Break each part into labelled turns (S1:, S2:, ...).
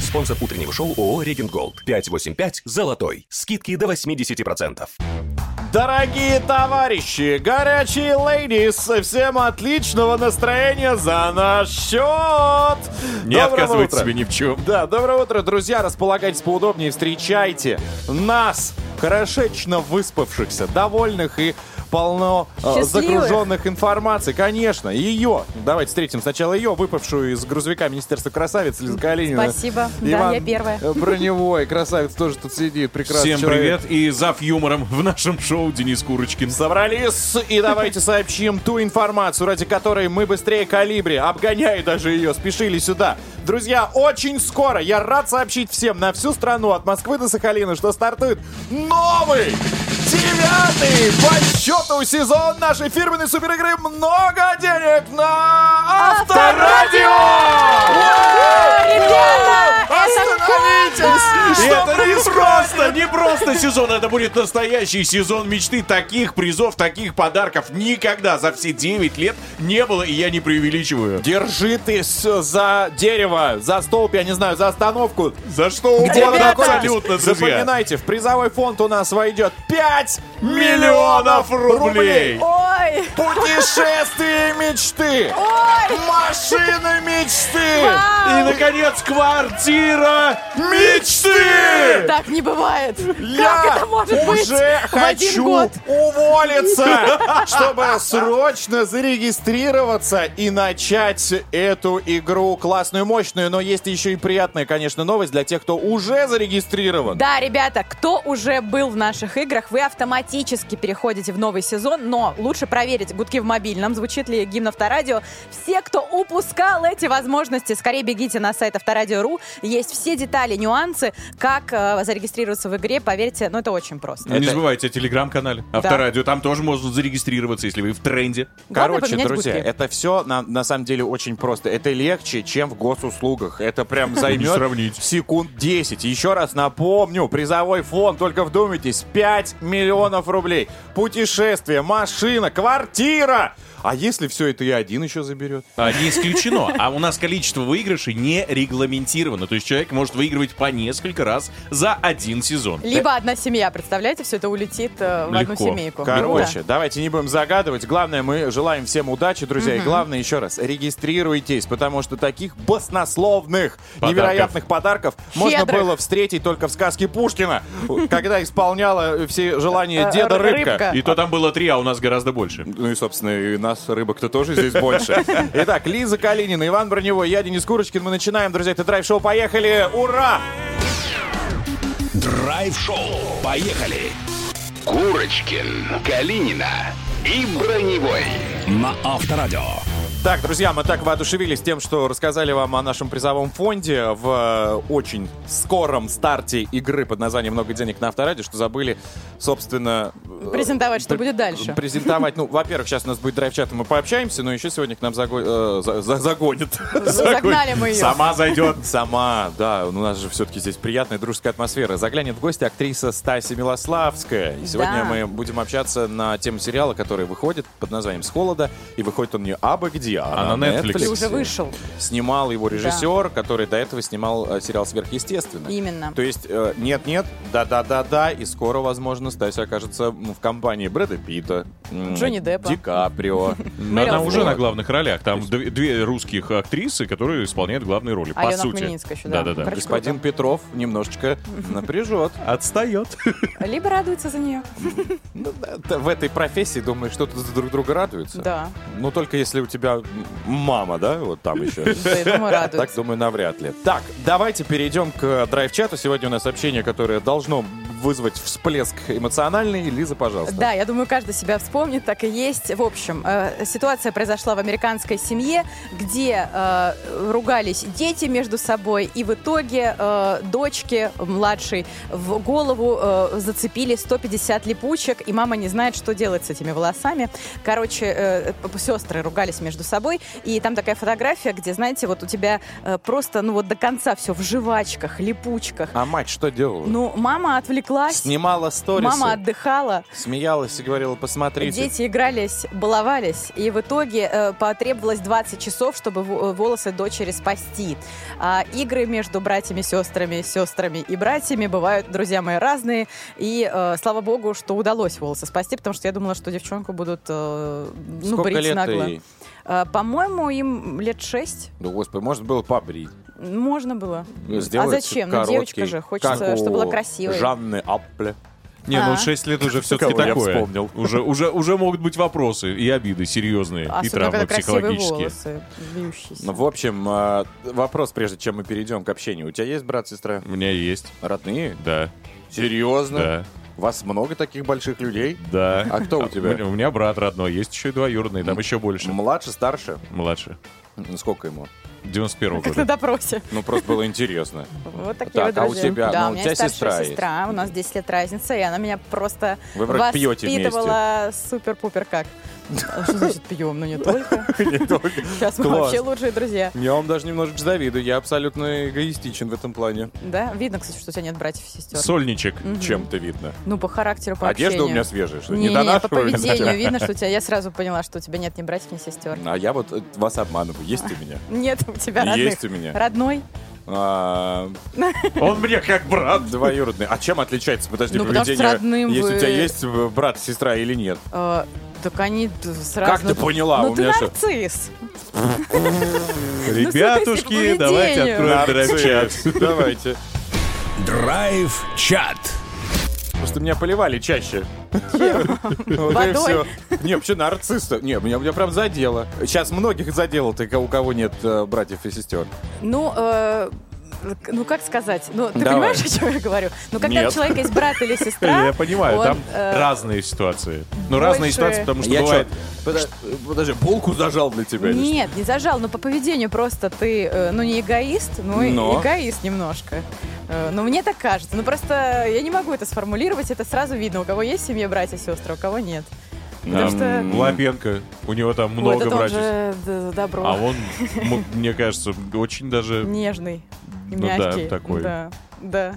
S1: Спонсор утреннего шоу ООО «Регент Голд». 585 «Золотой». Скидки до 80%.
S2: Дорогие товарищи, горячие лейдис, всем отличного настроения за наш счет!
S3: Не отказывайте себе ни в чем.
S2: Да, доброе утро, друзья, располагайтесь поудобнее, встречайте нас, хорошечно выспавшихся, довольных и полно э,
S4: Счастливых.
S2: загруженных информацией. Конечно, ее. Давайте встретим сначала ее, выпавшую из грузовика Министерства красавиц Лиза Калинина.
S4: Спасибо. Да, я первая.
S2: э, Броневой, красавец тоже тут сидит, прекрасный
S3: Всем
S2: человек.
S3: привет и зав юмором в нашем шоу Денис Курочкин.
S2: Собрались и давайте сообщим ту информацию, ради которой мы быстрее калибри, обгоняя даже ее, спешили сюда. Друзья, очень скоро я рад сообщить всем на всю страну от Москвы до Сахалина, что стартует новый девятый по счету сезон нашей фирменной суперигры «Много денег на Авторадио».
S4: Ребята,
S2: Остановитесь!
S3: И это не
S2: происходит?
S3: просто, не просто сезон, это будет настоящий сезон мечты. Таких призов, таких подарков никогда за все 9 лет не было, и я не преувеличиваю.
S2: Держи ты с- за дерево, за столб, я не знаю, за остановку.
S3: За что угодно,
S2: Ребята,
S3: абсолютно, друзья.
S2: Запоминайте, в призовой фонд у нас войдет 5
S3: Миллионов
S2: миллионов
S3: рублей.
S2: рублей.
S4: Ой,
S2: Путешествие мечты.
S4: ой,
S2: Машина мечты.
S3: И, наконец, квартира
S2: Мечты!
S4: так не бывает.
S2: Я
S4: как это может быть?
S2: уже
S4: в один
S2: хочу
S4: год?
S2: уволиться, чтобы срочно зарегистрироваться и начать эту игру классную, мощную. Но есть еще и приятная, конечно, новость для тех, кто уже зарегистрирован.
S4: Да, ребята, кто уже был в наших играх, вы автоматически переходите в новый сезон, но лучше проверить гудки в мобильном, звучит ли гимн Авторадио. Все, кто упускал эти возможности, скорее бегите на сайт Авторадио.ру. Есть все детали, нюансы, как э, зарегистрироваться в игре, поверьте, ну это очень просто.
S3: Не забывайте о телеграм-канале Авторадио. Там тоже можно зарегистрироваться, если вы в тренде.
S4: Главное
S2: Короче,
S4: поменять
S2: друзья,
S4: гудки.
S2: это все на, на самом деле очень просто. Это легче, чем в госуслугах. Это прям займет
S3: сравнить.
S2: секунд 10. Еще раз напомню, призовой фонд, только вдумайтесь, 5 миллионов рублей. Путешествие, машина, квартира. А если все это и один еще заберет?
S3: А, Не исключено. А у нас количество выигрышей не регламентировано. То есть человек может выигрывать по несколько раз за один сезон.
S4: Либо одна семья, представляете, все это улетит э, в одну
S3: Легко.
S4: семейку.
S2: Короче,
S4: Круто.
S2: давайте не будем загадывать. Главное, мы желаем всем удачи, друзья. И главное, еще раз, регистрируйтесь, потому что таких баснословных,
S3: Подарков.
S2: невероятных подарков можно
S4: Щедрых.
S2: было встретить только в сказке Пушкина, когда исполняла все желания
S4: Э,
S2: деда
S4: рыбка.
S2: Рыбка.
S3: И то там было три, а у нас гораздо больше.
S2: Ну и, собственно, и нас, рыбок-то тоже здесь больше. Итак, Лиза Калинина, Иван Броневой, я Денис Курочкин. Мы начинаем, друзья, это драйв-шоу. Поехали! Ура!
S1: Драйв-шоу. Поехали.
S5: Курочкин, Калинина и Броневой.
S1: На Авторадио.
S2: Так, друзья, мы так воодушевились тем, что рассказали вам о нашем призовом фонде в э, очень скором старте игры под названием «Много денег на авторадио», что забыли, собственно... э,
S4: Презентовать, что
S2: пр-
S4: будет дальше.
S2: Презентовать. Ну, во-первых, сейчас у нас будет драйв-чат, и мы пообщаемся, но еще сегодня к нам заго- э, за- за- загонят.
S4: Загнали мы ее.
S3: Сама зайдет.
S2: Сама, да, Ну, у нас же все-таки здесь приятная дружеская атмосфера. Заглянет в гости актриса Стася Милославская. И сегодня
S4: Да.
S2: мы будем общаться на тему сериала, который выходит под названием «С холода». И выходит он не абы где, а,
S3: А на Netflix.
S4: И уже вышел.
S2: Снимал его режиссер, который до этого снимал э, сериал «Сверхъестественно».
S4: Именно.
S2: То есть э, нет-нет, да-да-да-да, и скоро, возможно, Стася окажется м, в компании Брэда Питта, м,
S4: Джонни Деппа.
S2: Ди Каприо.
S3: Но она
S4: Мэрил
S3: уже на
S4: Стрип.
S3: главных ролях. Там дв- две русских актрисы, которые исполняют главные роли. По
S4: Алена
S3: сути.
S4: Хмельницкая еще, да.
S3: Да-да-да.
S4: Короче,
S2: Господин Петров немножечко напряжет.
S3: Отстает.
S4: Либо радуется за нее.
S2: Ну, да, да, в этой профессии, думаю, что-то за друг друга радуются.
S4: Да.
S2: Ну, только если у тебя м- мама, да, вот там еще.
S4: Да, я думаю, радуется.
S2: Так, думаю, навряд ли. Так, давайте перейдем к э, драйв-чату. Сегодня у нас общение, которое должно вызвать всплеск эмоциональный. Лиза, пожалуйста.
S4: Да, я думаю, каждый себя вспомнит, так и есть. В общем, э, ситуация произошла в американской семье, где э, ругались дети между собой, и в итоге э, дочке младшей в голову э, зацепили 150 липучек, и мама не знает, что делать с этими волосами. Короче, э, сестры ругались между собой, и там такая фотография, где, знаете, вот у тебя э, просто, ну вот до конца все в жвачках, липучках.
S2: А мать что делала?
S4: Ну, мама неслась.
S2: Снимала сторисы,
S4: Мама отдыхала,
S2: смеялась и говорила, посмотрите.
S4: дети игрались, баловались, и в итоге э, потребовалось 20 часов, чтобы в- волосы дочери спасти. А игры между братьями, сестрами, сестрами и братьями бывают, друзья мои, разные. И э, слава богу, что удалось волосы спасти, потому что я думала, что девчонку будут э, ну,
S2: Сколько
S4: брить
S2: лет
S4: нагло.
S2: ей?
S4: Э, по-моему, им лет 6
S2: Да, господи, можно было побрить.
S4: можно было.
S2: Ну, сделать
S4: а зачем? Ну,
S2: короткий,
S4: девочка же хочется,
S2: как
S4: чтобы была
S2: у
S4: красивой.
S2: Жанны Аппле.
S3: Не, ну
S4: А.
S3: 6 лет уже все-таки
S2: Кого я
S3: такое.
S2: вспомнил.
S3: Уже, уже, уже могут быть вопросы и обиды серьезные, и
S4: Особенно,
S3: травмы
S4: когда красивые
S3: психологические.
S4: волосы, вьющиеся.
S2: Ну, в общем, э, вопрос, прежде чем мы перейдем к общению. У тебя есть брат, сестра?
S3: У меня есть.
S2: Родные?
S3: Да,
S2: Серьезно?
S3: да,
S2: Вас много таких больших людей?
S3: да.
S2: А кто у тебя?
S3: У меня брат родной, есть еще и двоюродный, там еще больше.
S2: Младше, старше?
S3: Младше.
S2: М, Сколько ему?
S3: 91-го
S4: Как на
S3: года.
S4: допросе.
S2: Ну, просто было интересно.
S4: Вот такие
S2: Так,
S4: вот
S2: а у
S4: друзья.
S2: тебя-
S4: да,
S2: ну,
S4: у
S2: у
S4: меня
S2: тебя
S4: старшая
S2: сестра есть.
S4: сестра, у нас 10 лет разница, и она меня просто
S2: Вы вроде пьете
S4: воспитывала супер-пупер как. А Что значит пьем? Ну не только. Сейчас мы
S2: Класс.
S4: вообще лучшие друзья.
S2: Я вам даже немножечко завидую, я абсолютно эгоистичен в этом плане.
S4: Да, видно, кстати, что у тебя нет братьев и сестер.
S3: Сольничек.
S2: Чем-то видно.
S4: Ну, по характеру, по
S2: Одежда у
S4: общению.
S2: меня свежая, что
S4: Не,
S2: не
S4: не,
S2: до
S4: не, по
S2: нашего
S4: поведению видно, что у тебя... Я сразу поняла, что у тебя нет ни братьев, ни сестер.
S2: А я вот э, вас обманываю. Есть у меня?
S4: Нет у тебя родных.
S2: Есть у меня.
S4: Родной?
S2: А,
S3: Он мне как брат.
S2: Двоюродный. А чем отличается, подожди,
S4: Ну, потому что с
S2: поведение,
S4: родным
S2: если
S4: вы-
S2: у тебя есть э, брат, сестра или нет?
S4: Э, так они д- сразу...
S2: Как ты поняла?
S4: Ну
S2: у
S4: ты
S2: меня что?
S4: нарцисс.
S3: Ребятушки,
S4: Ну, по
S3: давайте
S4: поведению.
S3: откроем драйв-чат.
S2: Нарцисс. Давайте.
S1: Драйв-чат.
S2: Просто меня поливали чаще. Вот и
S4: Водой?
S2: все. Не, вообще нарцисса. Не, меня, меня прям задело. Сейчас многих задело, ты у кого нет э, братьев и сестер.
S4: Ну, э, к- ну как сказать? Ну, ты
S2: Давай.
S4: понимаешь, о чем я говорю? Ну, когда у
S2: Нет.
S4: человека есть брат или сестра,
S3: Я понимаю,
S4: он,
S3: там
S4: э,
S3: разные ситуации. Ну, разные
S4: больше-
S3: ситуации, потому что
S2: Я
S3: бывает...
S2: чё, подо- Подожди, полку зажал для тебя. или
S4: Нет, не зажал, но по поведению просто ты, э, ну не эгоист, ну и
S2: Но.
S4: эгоист немножко. Э, Ну мне так кажется. Ну просто я не могу это сформулировать, это сразу видно, у кого есть в семье братья и сестры, у кого нет.
S3: Там
S4: Потому что
S3: Лапенко, у него там
S4: вот
S3: много
S4: это он
S3: братьев.
S4: же д- добро,
S3: А он, м- мне кажется, очень даже...
S4: нежный,
S3: Ну да,
S4: мягкий.
S3: такой.
S4: Да, да.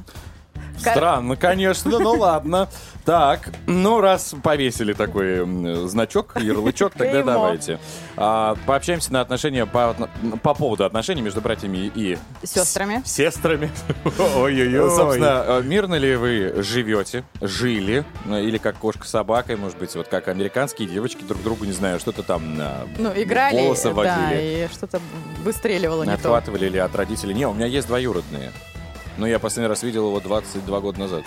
S2: что? Странно, конечно, ну ладно. Так, ну раз повесили такой м, значок, ярлычок, тогда
S4: Клеймо.
S2: давайте. А, Пообщаемся на отношения по отно- по поводу отношений между братьями и
S4: С сестрами.
S2: с- сестрами.
S3: Ой-ой-ой.
S2: Собственно, э, мирно ли вы живете, жили, э, или как кошка с собакой, может быть, вот как американские девочки друг другу, не знаю, что-то там э,
S4: Ну, играли,
S2: волосы
S4: да,
S2: водили,
S4: и что-то выстреливало Типа, не то.
S2: отхватывали ли от родителей. Не, у меня есть двоюродные. Но я последний раз видел его 22 года назад.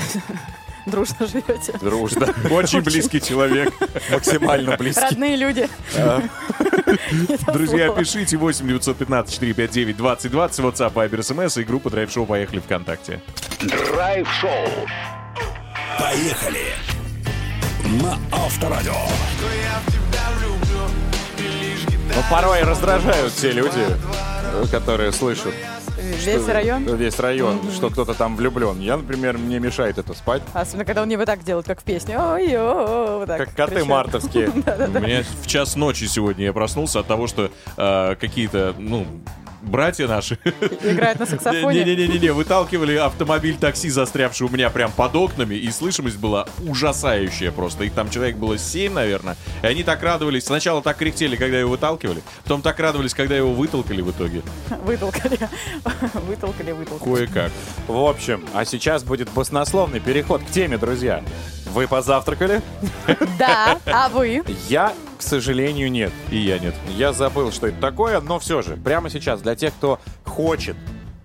S4: Дружно живете.
S2: Дружно.
S3: Очень близкий человек.
S2: Максимально близкий. А,
S4: Родные люди. Не то
S3: А? Друзья,
S4: слово.
S3: пишите 8 915 459 2020 WhatsApp, Viber, SMS и группа Drive Show «Поехали ВКонтакте».
S5: Драйв-шоу.
S1: Поехали. На Авторадио.
S2: Но порой раздражают те люди, э, которые слышат э,
S4: Весь район.
S2: весь район, что кто-то там влюблен. Я, например, мне мешает это спать.
S4: Особенно, когда он не вот так делают, как в песне. ой ой вот так.
S2: Как коты
S4: кричат.
S2: мартовские.
S3: У меня в час ночи сегодня я проснулся от того, что э, какие-то, ну, братья наши
S4: Играют на саксофоне.
S3: Не-не-не-не, выталкивали автомобиль такси, застрявший у меня прям под окнами, и слышимость была ужасающая просто. Их там человек было 7, наверное. И они так радовались. Сначала так кряхтели, когда его выталкивали, потом так радовались, когда его вытолкали в итоге.
S4: Вытолкали. Вытолкали, вытолкали.
S3: Кое-как.
S2: В общем, а сейчас будет баснословный переход к теме, друзья. Вы позавтракали?
S4: Да, а вы?
S2: Я, к сожалению, нет.
S3: И я нет.
S2: Я забыл, что это такое, но все же, прямо сейчас, для тех, кто хочет,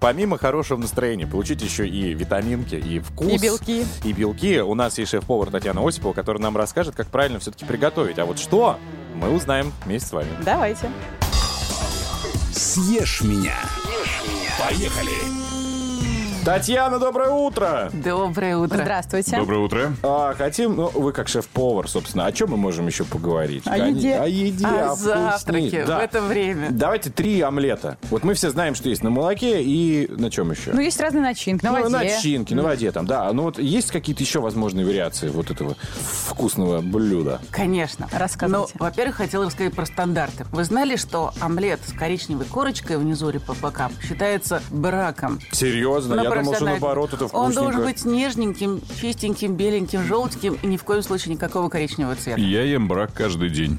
S2: помимо хорошего настроения, получить еще и витаминки, и вкус.
S4: И белки.
S2: И белки. У нас есть шеф-повар Татьяна Осипова, которая нам расскажет, как правильно все-таки приготовить. А вот что, мы узнаем вместе с вами.
S4: Давайте.
S1: Съешь меня. Поехали.
S2: Татьяна, доброе утро!
S6: Доброе утро.
S4: Здравствуйте.
S3: Доброе утро.
S2: А, хотим, ну, вы как шеф-повар, собственно, о чем мы можем еще поговорить?
S4: О еде.
S2: О еде,
S6: А
S2: о
S6: завтраки
S2: вкусне- да.
S6: в это время.
S2: Давайте три омлета. Вот мы все знаем, что есть на молоке и на чем еще?
S6: Ну, есть разные начинки.
S2: ну, начинки, на воде там, да. Ну вот есть какие-то еще возможные вариации вот этого вкусного блюда?
S6: Конечно.
S4: Рассказывайте.
S6: Ну, во-первых, хотела рассказать про стандарты. Вы знали, что омлет с коричневой корочкой внизу или по бокам считается браком?
S2: Серьезно,
S6: Ну,
S2: я думал, что
S6: профессиональный.
S2: наоборот, это
S6: Он должен
S2: вкусненько.
S6: быть нежненьким, чистеньким, беленьким, желтеньким и ни в коем случае никакого коричневого цвета.
S7: Я ем брак каждый день.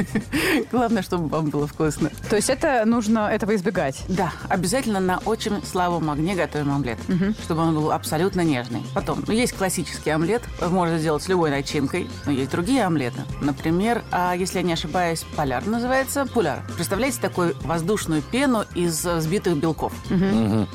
S6: Главное, чтобы вам было вкусно.
S4: То есть это нужно этого избегать.
S6: Да, обязательно на очень слабом огне готовим омлет, чтобы он был абсолютно нежный. Потом, ну, есть классический омлет, можно сделать с любой начинкой, но есть другие омлеты. Например, а, если я не ошибаюсь, поляр называется, пуляр. Представляете такую воздушную пену из э, взбитых белков?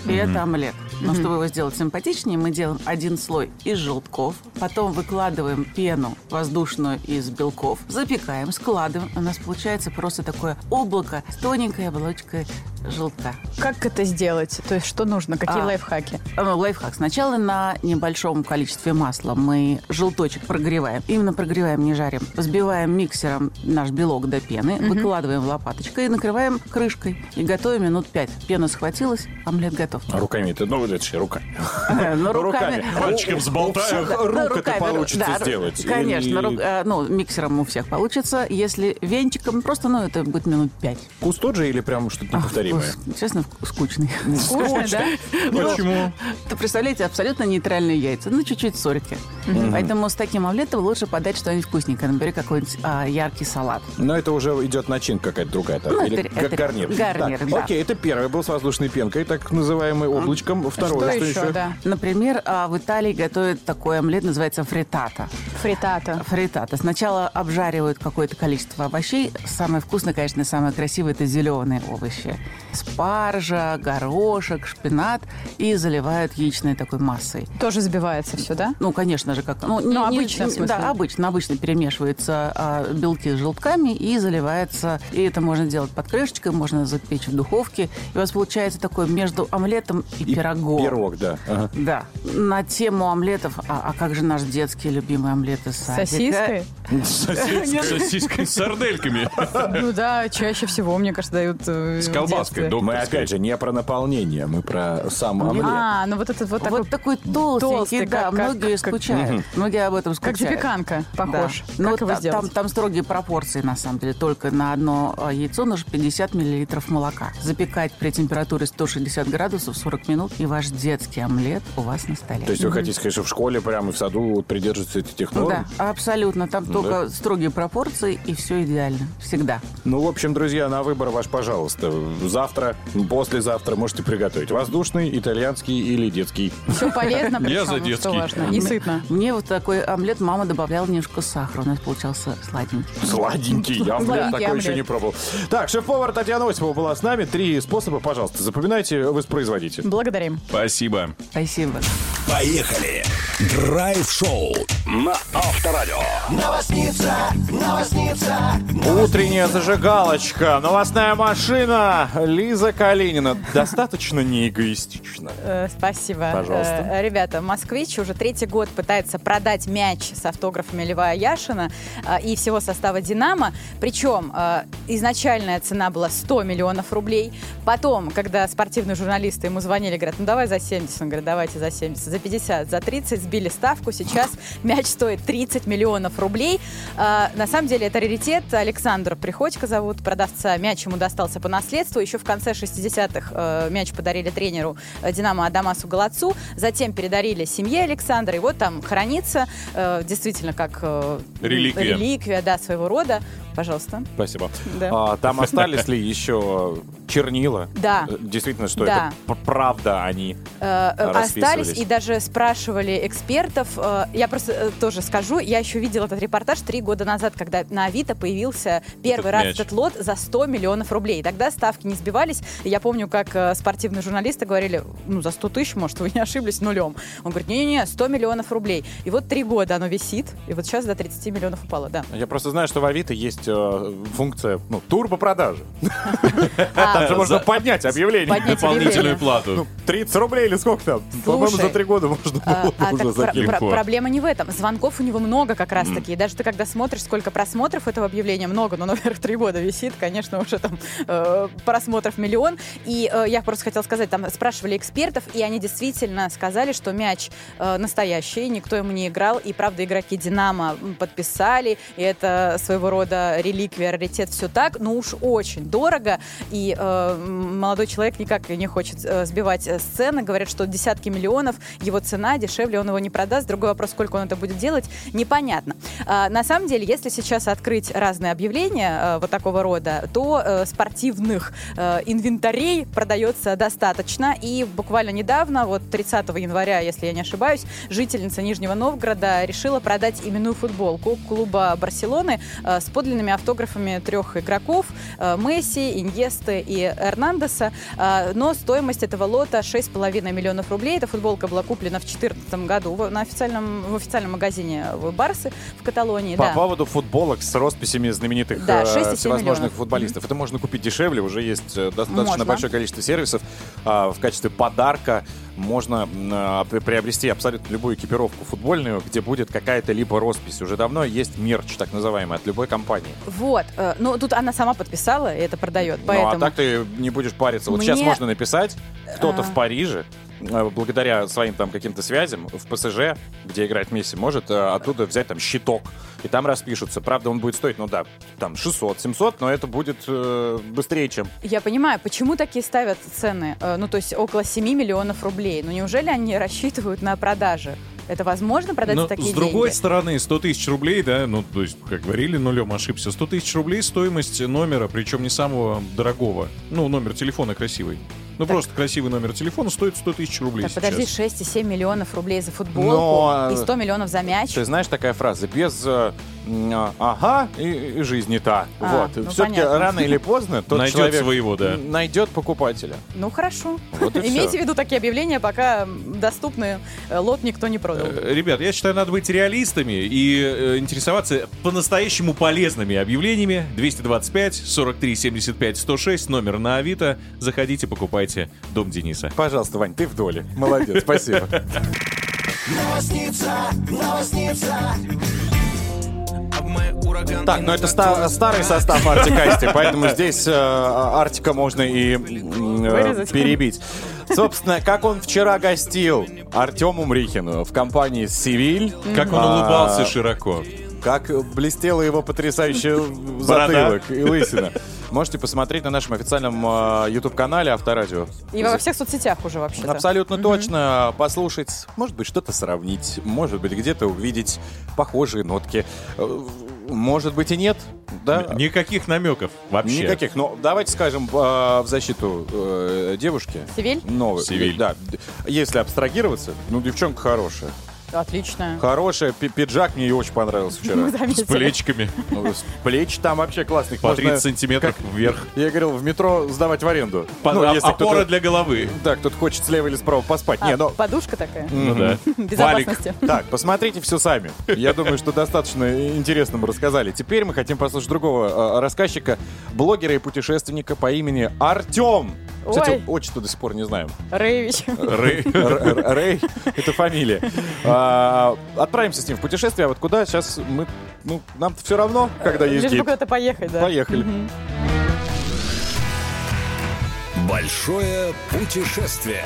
S6: И это омлет. Но чтобы его сделать симпатичнее, мы делаем один слой из желтков, потом выкладываем пену воздушную из белков, запекаем, складываем. У нас получается просто такое облако с тоненькой оболочкой желтка.
S4: Как это сделать? То есть что нужно? Какие
S6: А.
S4: лайфхаки?
S6: Ну, лайфхак. Сначала на небольшом количестве масла мы желточек прогреваем. Именно прогреваем, не жарим. Взбиваем миксером наш белок до пены, выкладываем лопаточкой и накрываем крышкой. И готовим минут пять. Пена схватилась, омлет готов.
S2: А Руками ты, ну, вот это же рука.
S6: Ну,
S2: Руками.
S3: Пальчиком
S2: Всё,
S3: сболтаю.
S2: да.
S6: Ну,
S2: Рука-то
S6: руками, ру-
S2: получится
S6: да, ру-
S2: сделать.
S6: Конечно,
S2: Или-
S6: ру- э, ну, миксером у всех получится. Если венчиком, просто, ну, это будет минут пять.
S2: Вкус тот же или прям что-то неповторимое?
S6: Вкус, честно, вкус скучный.
S4: Скучно, да?
S8: Ну,
S3: Почему?
S6: Ты представляете, абсолютно нейтральные яйца, ну, чуть-чуть сорки. Поэтому с таким омлетом лучше подать что-нибудь вкусненькое, например, какой-нибудь а, яркий салат.
S2: Но это уже идет начинка какая-то другая. там,
S6: Ну,
S2: или
S6: это-
S2: га-
S6: это
S2: гарнир.
S6: гарнир,
S2: Так,
S6: да. А,
S2: Окей, это первый был с воздушной пенкой, так называемый облачком.
S4: Что
S2: Второе, Ну, что,
S4: еще, да?
S6: Например, а, в Италии готовят такой омлет, называется фритата.
S4: Фритата.
S6: Фритата. Сначала обжаривают какое-то количество овощей. Самое вкусное, конечно, и самое красивое – это зеленые овощи. Спаржа, горошек, шпинат. И заливают яичной такой массой.
S4: Тоже забивается все, да?
S6: Ну, конечно же, как... Ну,
S4: Ну, обычно, в смысле.
S6: Да, обычно. Обычно перемешиваются а, белки с желтками и заливается... И это можно делать под крышечкой, можно запечь в духовке. И у вас получается такое между омлетом и,
S2: И
S6: пирогом.
S2: Пирог, да. Ага.
S6: Да. На тему омлетов. А, а как же наш детский любимый омлет из садика?
S4: Сосиской?
S3: С сосиской, с сардельками.
S4: Ну да, чаще всего, мне кажется, дают э, С
S3: колбаской, да.
S2: Мы опять же не про наполнение, мы про сам омлет.
S4: А, ну вот этот вот такой,
S6: Вот такой толстенький,
S4: толстый,
S6: да,
S4: как- как-
S6: многие
S4: как-
S6: скучают. Многие об этом
S4: как
S6: скучают.
S4: запеканка похож.
S6: Ну,
S4: Как
S6: вот
S4: его
S6: та- там,
S4: сделать?
S6: там строгие пропорции, на самом деле. Только на одно э, яйцо нужно 50 миллилитров молока. Запекать при температуре 160 градусов 40 минут, и ваш детский омлет у вас на столе.
S2: То есть вы хотите сказать, что в школе прямо и в саду вот придерживаются этих
S6: Ну
S2: технологий?
S6: да, абсолютно. Там только строгие пропорции, и все идеально. Всегда.
S2: Ну, в общем, друзья, на выбор ваш, пожалуйста. Завтра, послезавтра можете приготовить. Воздушный, итальянский или детский.
S4: Все полезно,
S3: Я
S6: ну,
S3: за
S4: причем, что
S3: детский.
S4: важно. И сытно.
S6: Мне вот такой омлет мама добавляла немножко сахара. У нас получался сладенький.
S2: Сладенький, я
S4: Сладенький
S2: блин, такой
S4: омлет.
S2: еще не пробовал. Так, шеф-повар Татьяна Осипова была с нами. Три способа, пожалуйста, запоминайте, воспроизводите.
S4: Благодарим.
S7: Спасибо.
S6: Спасибо.
S1: Поехали! Драйв-шоу на Авторадио.
S2: Утренняя зажигалочка, новостная машина, Лиза Калинина. Достаточно неэгоистично.
S4: Э, Спасибо.
S2: Пожалуйста.
S4: Э, Ребята, «Москвич» уже третий год пытается продать мяч с автографами Льва Яшина э, и всего состава «Динамо». Причем э, изначальная цена была 100 миллионов рублей. Потом, когда спортивные журналисты ему звонили, говорят, ну давай за 70. Он говорит, давайте за 70, за 50, за 30. Сбили ставку. Сейчас мяч стоит 30 миллионов рублей. Э, На самом деле это раритет. Александр Приходько зовут продавца. Мяч ему достался по наследству. Еще в конце 60-х э, мяч подарили тренеру э, «Динамо» Адамасу Голодцу. Затем передарили семье Александра. И вот там хранится э, действительно как э,
S3: Реликвия.
S4: реликвия да, своего рода. Пожалуйста.
S2: Спасибо.
S4: Да.
S2: А, там остались ли еще чернила?
S4: Да.
S2: Э, Действительно, что
S4: Да.
S2: это п- правда, а они.
S4: Э, э,
S2: Расписывались.
S4: остались и даже спрашивали экспертов. Э, Я просто э, тоже скажу, я еще видела этот репортаж три года назад, когда на Авито появился первый
S3: Этот
S4: раз
S3: мяч.
S4: этот лот за 100 миллионов рублей. Тогда ставки не сбивались. Я помню, как э, спортивные журналисты говорили, ну, за 100 тысяч, может, вы не ошиблись, нулем. Он говорит, не-не-не, 100 миллионов рублей. И вот три года оно висит, и вот сейчас до 30 миллионов упало, да.
S2: Я просто знаю, что в Авито есть э, функция ну, турбо-продажи. Там
S4: А,
S2: же можно поднять объявление.
S4: поднять
S3: Дополнительную
S4: объявление.
S3: плату.
S2: 30 рублей или сколько там? По-моему, за
S4: Слушай,
S2: три года можно
S4: А,
S2: было
S4: а
S2: уже
S4: так про-
S2: закинуть.
S4: про- проблема не в этом. Звонков у него много как раз таки. И даже ты когда смотришь, сколько просмотров этого объявления, много, но, наверное, три года висит, конечно, уже там э, просмотров миллион. И э, я просто хотела сказать, там спрашивали экспертов, и они действительно сказали, что мяч э, настоящий, никто ему не играл, и, правда, игроки «Динамо» м, подписали, и это своего рода это реликвия, раритет, все так, но уж очень дорого, и э, молодой человек никак не хочет э, сбивать э, сцены, говорят, что десятки миллионов его цена, дешевле он его не продаст, другой вопрос, сколько он это будет делать, непонятно. А, на самом деле, если сейчас открыть разные объявления э, вот такого рода, то э, спортивных э, инвентарей продается достаточно, и буквально недавно, вот 30 января, если я не ошибаюсь, жительница Нижнего Новгорода решила продать именную футболку клуба Барселоны э, с подлинными автографами трех игроков э, Месси, Иньесты и Эрнандеса. Э, Но стоимость этого лота 6,5 миллионов рублей. Эта футболка была куплена в 2014 году в- на официальном, в официальном магазине в Барсы в Каталонии.
S2: По
S4: да.
S2: поводу футболок с росписями знаменитых
S4: Да,
S2: э,
S4: 6,7
S2: всевозможных
S4: миллионов.
S2: футболистов. Это можно купить дешевле, уже есть э, достаточно
S4: Можно.
S2: большое количество сервисов. А, в качестве подарка можно м, а, при- приобрести абсолютно любую экипировку футбольную, где будет какая-то либо роспись. Уже давно есть мерч, так называемый, от любой компании.
S4: Вот. э, Но тут она сама подписала, и это продает.
S2: Ну,
S4: Поэтому...
S2: а так ты не будешь париться. Вот
S4: Мне-
S2: сейчас можно написать, кто-то
S4: А.
S2: в Париже, э, благодаря своим там каким-то связям в ПСЖ, где играет Месси, может э, оттуда взять там щиток. И там распишутся. Правда, он будет стоить, ну да, там 600-700, но это будет э, быстрее, чем...
S4: Я понимаю, почему такие ставят цены, э, ну то есть около 7 миллионов рублей. Ну неужели они рассчитывают на продажи? Это возможно продать
S2: Ну,
S3: Ну,
S7: Но
S4: за такие
S7: с другой
S4: деньги?
S7: стороны, 100 тысяч рублей, да, ну, то есть, как говорили, нулем ошибся. 100 тысяч рублей стоимость номера, причем не самого дорогого. Ну, номер телефона красивый. Ну, просто красивый номер телефона стоит 100 тысяч рублей
S4: Так, подожди,
S7: сейчас.
S4: 6,7 миллионов рублей за футболку
S2: Но, э,
S4: и 100 миллионов за мяч.
S2: Ты знаешь, такая фраза, без э, м, а, ага и, и жизнь не та.
S4: А,
S2: вот.
S4: ну,
S2: Все-таки
S4: понятно.
S2: рано или поздно тот
S7: Найдет
S2: человек
S7: своего, да.
S2: найдет покупателя.
S4: Ну хорошо.
S2: Вот и всё.
S4: Имейте в виду такие объявления, пока м, доступны, э, лот никто не продал.
S7: Э, Ребят, я считаю, надо быть реалистами и э, интересоваться по-настоящему полезными объявлениями. 225 43 75 106 номер на Авито. Заходите, покупайте дом Дениса.
S2: Пожалуйста, Вань, ты в доле. Молодец, спасибо. Так, ну это ста- старый состав Artic Асти, поэтому здесь э, Артика можно и м, э,
S4: Вырезать.
S2: перебить. Собственно, как он вчера гостил Артему Мрихину в компании «Сивиль»,
S7: Как он
S2: А,
S7: улыбался широко.
S2: как блестела его потрясающая затылок и лысина. Можете посмотреть на нашем официальном э, YouTube-канале Авторадио.
S4: И во всех соцсетях уже вообще-то.
S2: Абсолютно точно. Послушать, может быть, что-то сравнить, может быть, где-то увидеть похожие нотки. Э, Может быть и нет, да?
S7: Н- Никаких намеков вообще.
S2: Никаких. Но давайте скажем э, в защиту э, девушки.
S4: Севиль?
S2: Новый.
S7: Севиль.
S2: Да. Если абстрагироваться, ну, девчонка хорошая.
S4: Отлично.
S2: Хорошая. Пи- Пиджак мне ей очень понравился вчера.
S7: С
S4: Ну, Заметили.
S7: плечиками.
S2: Ну, с Плеч там вообще классных.
S7: По
S2: Можно,
S7: 30 сантиметров вверх.
S2: Я говорил, в метро сдавать в аренду.
S7: По-
S2: Ну,
S7: а-
S2: если
S7: опора
S2: кто-то-
S7: для головы.
S2: Да, кто-то хочет слева или справа поспать.
S4: А,
S2: Не, ну,
S4: Подушка такая.
S7: Ну да.
S4: Безопасности.
S2: Так, посмотрите все сами. Я думаю, что достаточно интересно мы рассказали. Теперь мы хотим послушать другого э, рассказчика, блогера и путешественника по имени Артем. Кстати,
S4: Ой.
S2: отчество до сих пор не знаем.
S4: Рейвич.
S7: Ры-
S2: Р- Р- Рэй — это фамилия. А, Отправимся с ним в путешествие, а вот куда сейчас мы... Ну, нам все равно, когда есть
S4: Лишь бы
S2: гид.
S4: куда-то поехать, да.
S2: Поехали.
S1: Большое путешествие.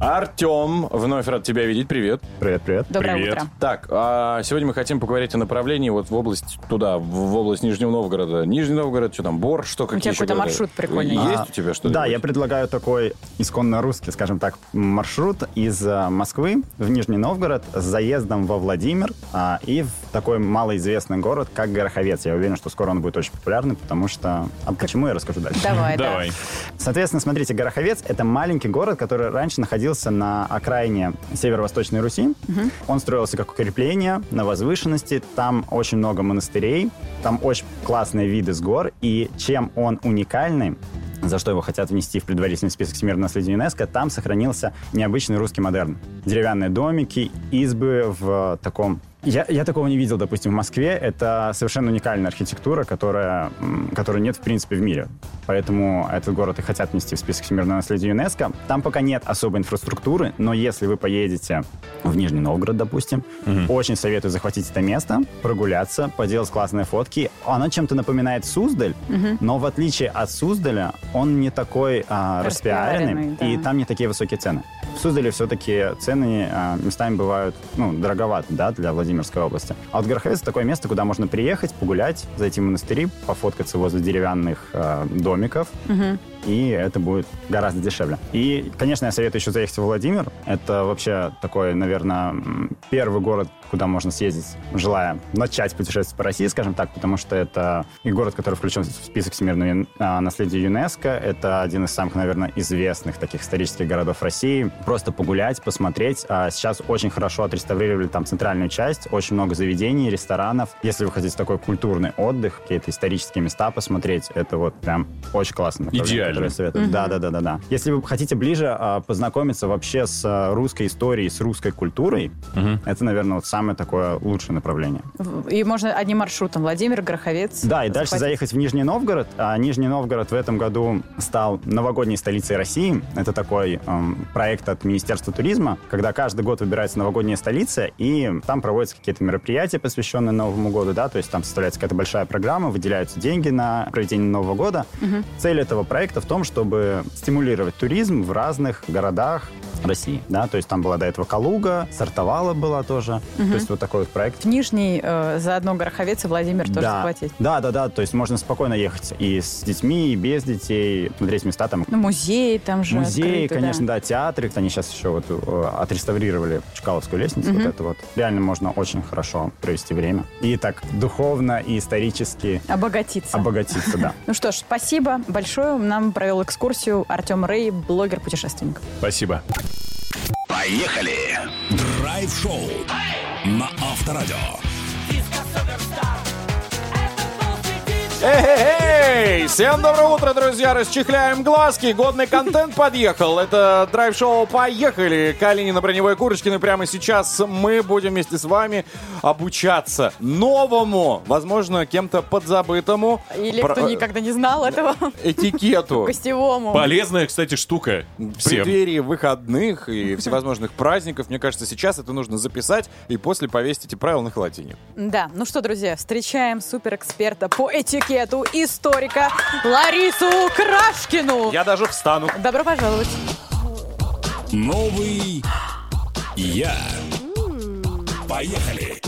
S2: Артем, вновь рад тебя видеть. Привет. Привет, привет.
S4: Доброе
S7: Привет.
S4: утро.
S2: Так, а сегодня мы хотим поговорить о направлении вот в область туда, в, в область Нижнего Новгорода. Нижний Новгород, что там, Бор, что какие
S4: тебя
S2: еще
S4: какой-то
S2: города?
S4: маршрут прикольный.
S2: Есть
S9: А,
S2: у тебя что-то?
S9: Да, я предлагаю такой исконно русский, скажем так, маршрут из э, Москвы в Нижний Новгород с заездом во Владимир а, и в такой малоизвестный город, как Гороховец. Я уверен, что скоро он будет очень популярный, потому что... А почему я расскажу дальше?
S4: Давай, да.
S7: Давай.
S9: Соответственно, смотрите, Гороховец — это маленький город, который раньше находился на окраине северо-восточной Руси. Он строился как укрепление на возвышенности, там очень много монастырей, там очень классные виды с гор, и чем он уникальный, за что его хотят внести в предварительный список всемирного наследия ЮНЕСКО, там сохранился необычный русский модерн. Деревянные домики, избы в э, таком я, я такого не видел, допустим, в Москве. Это совершенно уникальная архитектура, которая, м, которой нет, в принципе, в мире. Поэтому этот город и хотят внести в список всемирного наследия ЮНЕСКо. Там пока нет особой инфраструктуры, но если вы поедете в Нижний Новгород, допустим, очень советую захватить это место, прогуляться, поделать классные фотки. Оно чем-то напоминает Суздаль, но в отличие от Суздаля, он не такой а, распиаренный,
S4: Распиаренный, да.
S9: и там не такие высокие цены. В Суздале все-таки цены а, местами бывают ну, дороговаты да, для владельцев Владимирской области. А вот Гороховец — это такое место, куда можно приехать, погулять, зайти в монастыри, пофоткаться возле деревянных э, домиков, и это будет гораздо дешевле. И, конечно, я советую еще заехать в Владимир. Это вообще такой, наверное, первый город, куда можно съездить, желая начать путешествие по России, скажем так, потому что это и город, который включен в список всемирного юн- а, наследия ЮНЕСКо. Это один из самых, наверное, известных таких исторических городов России. Просто погулять, посмотреть. А сейчас очень хорошо отреставрировали там центральную часть, очень много заведений, ресторанов. Если вы хотите такой культурный отдых, какие-то исторические места посмотреть, это вот прям очень классно
S3: Идеально.
S9: которые советуют. Да, да, да, да, да. Если вы хотите ближе а, познакомиться вообще с а, русской историей, с русской культурой, это, наверное, вот самое такое лучшее направление.
S4: В- И можно одним маршрутом. Владимир, Гороховец.
S9: Да, и дальше
S4: захватить.
S9: заехать в Нижний Новгород. А Нижний Новгород в этом году стал новогодней столицей России. Это такой эм, проект от Министерства туризма, когда каждый год выбирается новогодняя столица, и там проводятся какие-то мероприятия, посвященные Новому году, да, то есть там составляется какая-то большая программа, выделяются деньги на проведение Нового года. Цель этого проекта в том, чтобы стимулировать туризм в разных городах России, да, то есть там была до этого Калуга, Сартовала была тоже, то есть вот такой вот проект.
S4: В Нижний э, заодно Гороховец и Владимир тоже
S9: Да.
S4: захватить.
S9: Да, да, да. То есть можно спокойно ехать и с детьми, и без детей, смотреть места там.
S4: Ну, музей там же.
S9: Музеи,
S4: открыты, да.
S9: конечно, да. театры. Они сейчас еще вот э, отреставрировали Чкаловскую лестницу. Вот это вот. Реально можно очень хорошо провести время. И так духовно и исторически
S4: Обогатиться.
S9: обогатиться, да.
S4: Ну что ж, спасибо большое. Нам провел экскурсию Артем Рэй, блогер-путешественник.
S3: Спасибо.
S5: Поехали!
S10: Драйв-шоу на Авторадио.
S2: Эй, всем доброе утро, друзья! Расчехляем глазки, годный контент подъехал. Это драйв-шоу «Поехали!» Калинина, Броневой, Курочкин. И прямо сейчас мы будем вместе с вами обучаться новому, возможно, кем-то подзабытому
S4: Или
S2: про- э,
S4: кто никогда не знал этого,
S2: этикету.
S4: гостевому.
S7: Полезная, кстати, штука
S2: В
S7: всем.
S2: преддверии выходных и всевозможных праздников, мне кажется, сейчас это нужно записать и после повесить эти правила на холодильник.
S4: Да, ну что, друзья, встречаем суперэксперта по этикету, историка Ларису Крашкину.
S2: Я даже встану.
S4: Добро пожаловать.
S10: Новый я. Поехали.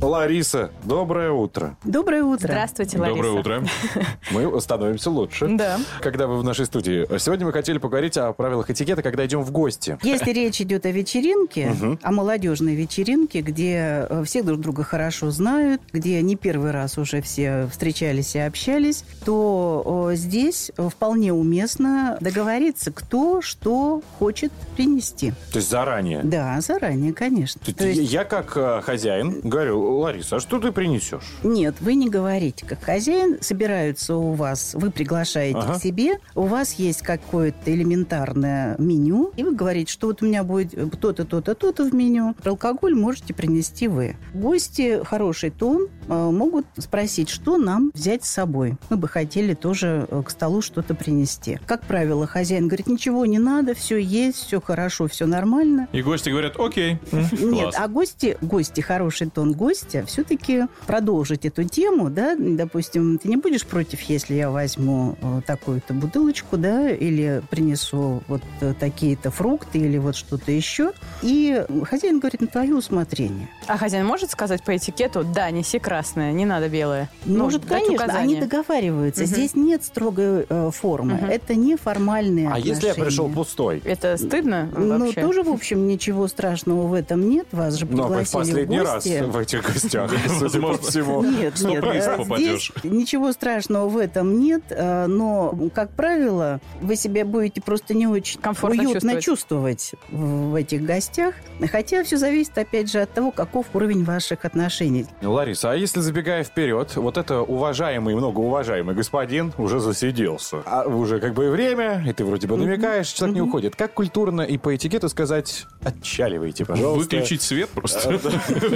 S2: Лариса, доброе утро.
S6: Доброе утро.
S4: Здравствуйте, Лариса.
S7: Доброе утро.
S2: Мы становимся лучше.
S4: Да.
S2: когда вы в нашей студии. Сегодня мы хотели поговорить о правилах этикета, когда идем в гости.
S11: Если речь идет о вечеринке, о молодежной вечеринке, где э, все друг друга хорошо знают, где не первый раз уже все встречались и общались, то э, здесь э, вполне уместно договориться, кто что хочет принести.
S2: То есть заранее.
S11: Да, заранее, конечно.
S2: То есть
S11: То есть-
S2: Я как э, хозяин говорю, Лариса, а что ты принесешь?
S11: Нет, вы не говорите. Как хозяин собираются у вас, вы приглашаете
S2: Ага.
S11: к себе, у вас есть какое-то элементарное меню, и вы говорите, что вот у меня будет э, то-то, то-то, то-то в меню. Алкоголь можете принести вы. Гости хороший тон э, могут спросить, что нам взять с собой. Мы бы хотели тоже э, к столу что-то принести. Как правило, хозяин говорит, ничего не надо, все есть, все хорошо, все нормально.
S7: И гости говорят, окей,
S11: Нет,
S7: класс.
S11: а гости, гости, хороший тон гостя, все-таки продолжить эту тему, да, допустим, ты не будешь против, если я возьму э, такую-то бутылочку, да, или принесу вот э, такие-то фрукты или вот что-то еще. И хозяин говорит, на твое усмотрение.
S4: А хозяин может сказать по этикету, да, неси красное, не надо белое? Ну,
S11: Может,
S4: дать
S11: конечно,
S4: указание.
S11: они договариваются.
S4: Мгм.
S11: Здесь нет строгой э, формы.
S4: Мгм.
S11: Это не формальные
S2: А если я
S11: отношения.
S2: пришел пустой?
S4: Это стыдно
S11: Ну,
S4: вообще?
S11: тоже, в общем, ничего страшного в этом нет. Вас же
S2: Ну,
S11: пригласили
S2: в последний
S11: в
S2: раз
S11: гости.
S2: в этих гостях, судя по
S7: Возможно.
S2: всему.
S11: Нет,
S7: Сто
S11: нет.
S7: приз
S11: э,
S7: попадешь.
S11: здесь ничего страшного в этом нет, э, но, как правило, вы себя будете просто не очень
S4: Комфортно
S11: уютно чувствовать в в этих гостях. Хотя все зависит, опять же, от того, каков уровень ваших отношений.
S2: Лариса, а если забегая вперед, вот это уважаемый, многоуважаемый господин уже засиделся. А уже как бы и время, и ты вроде бы намекаешь, человек не уходит. Как культурно и по этикету сказать «отчаливайте, пожалуйста». А,
S7: Выключить свет просто.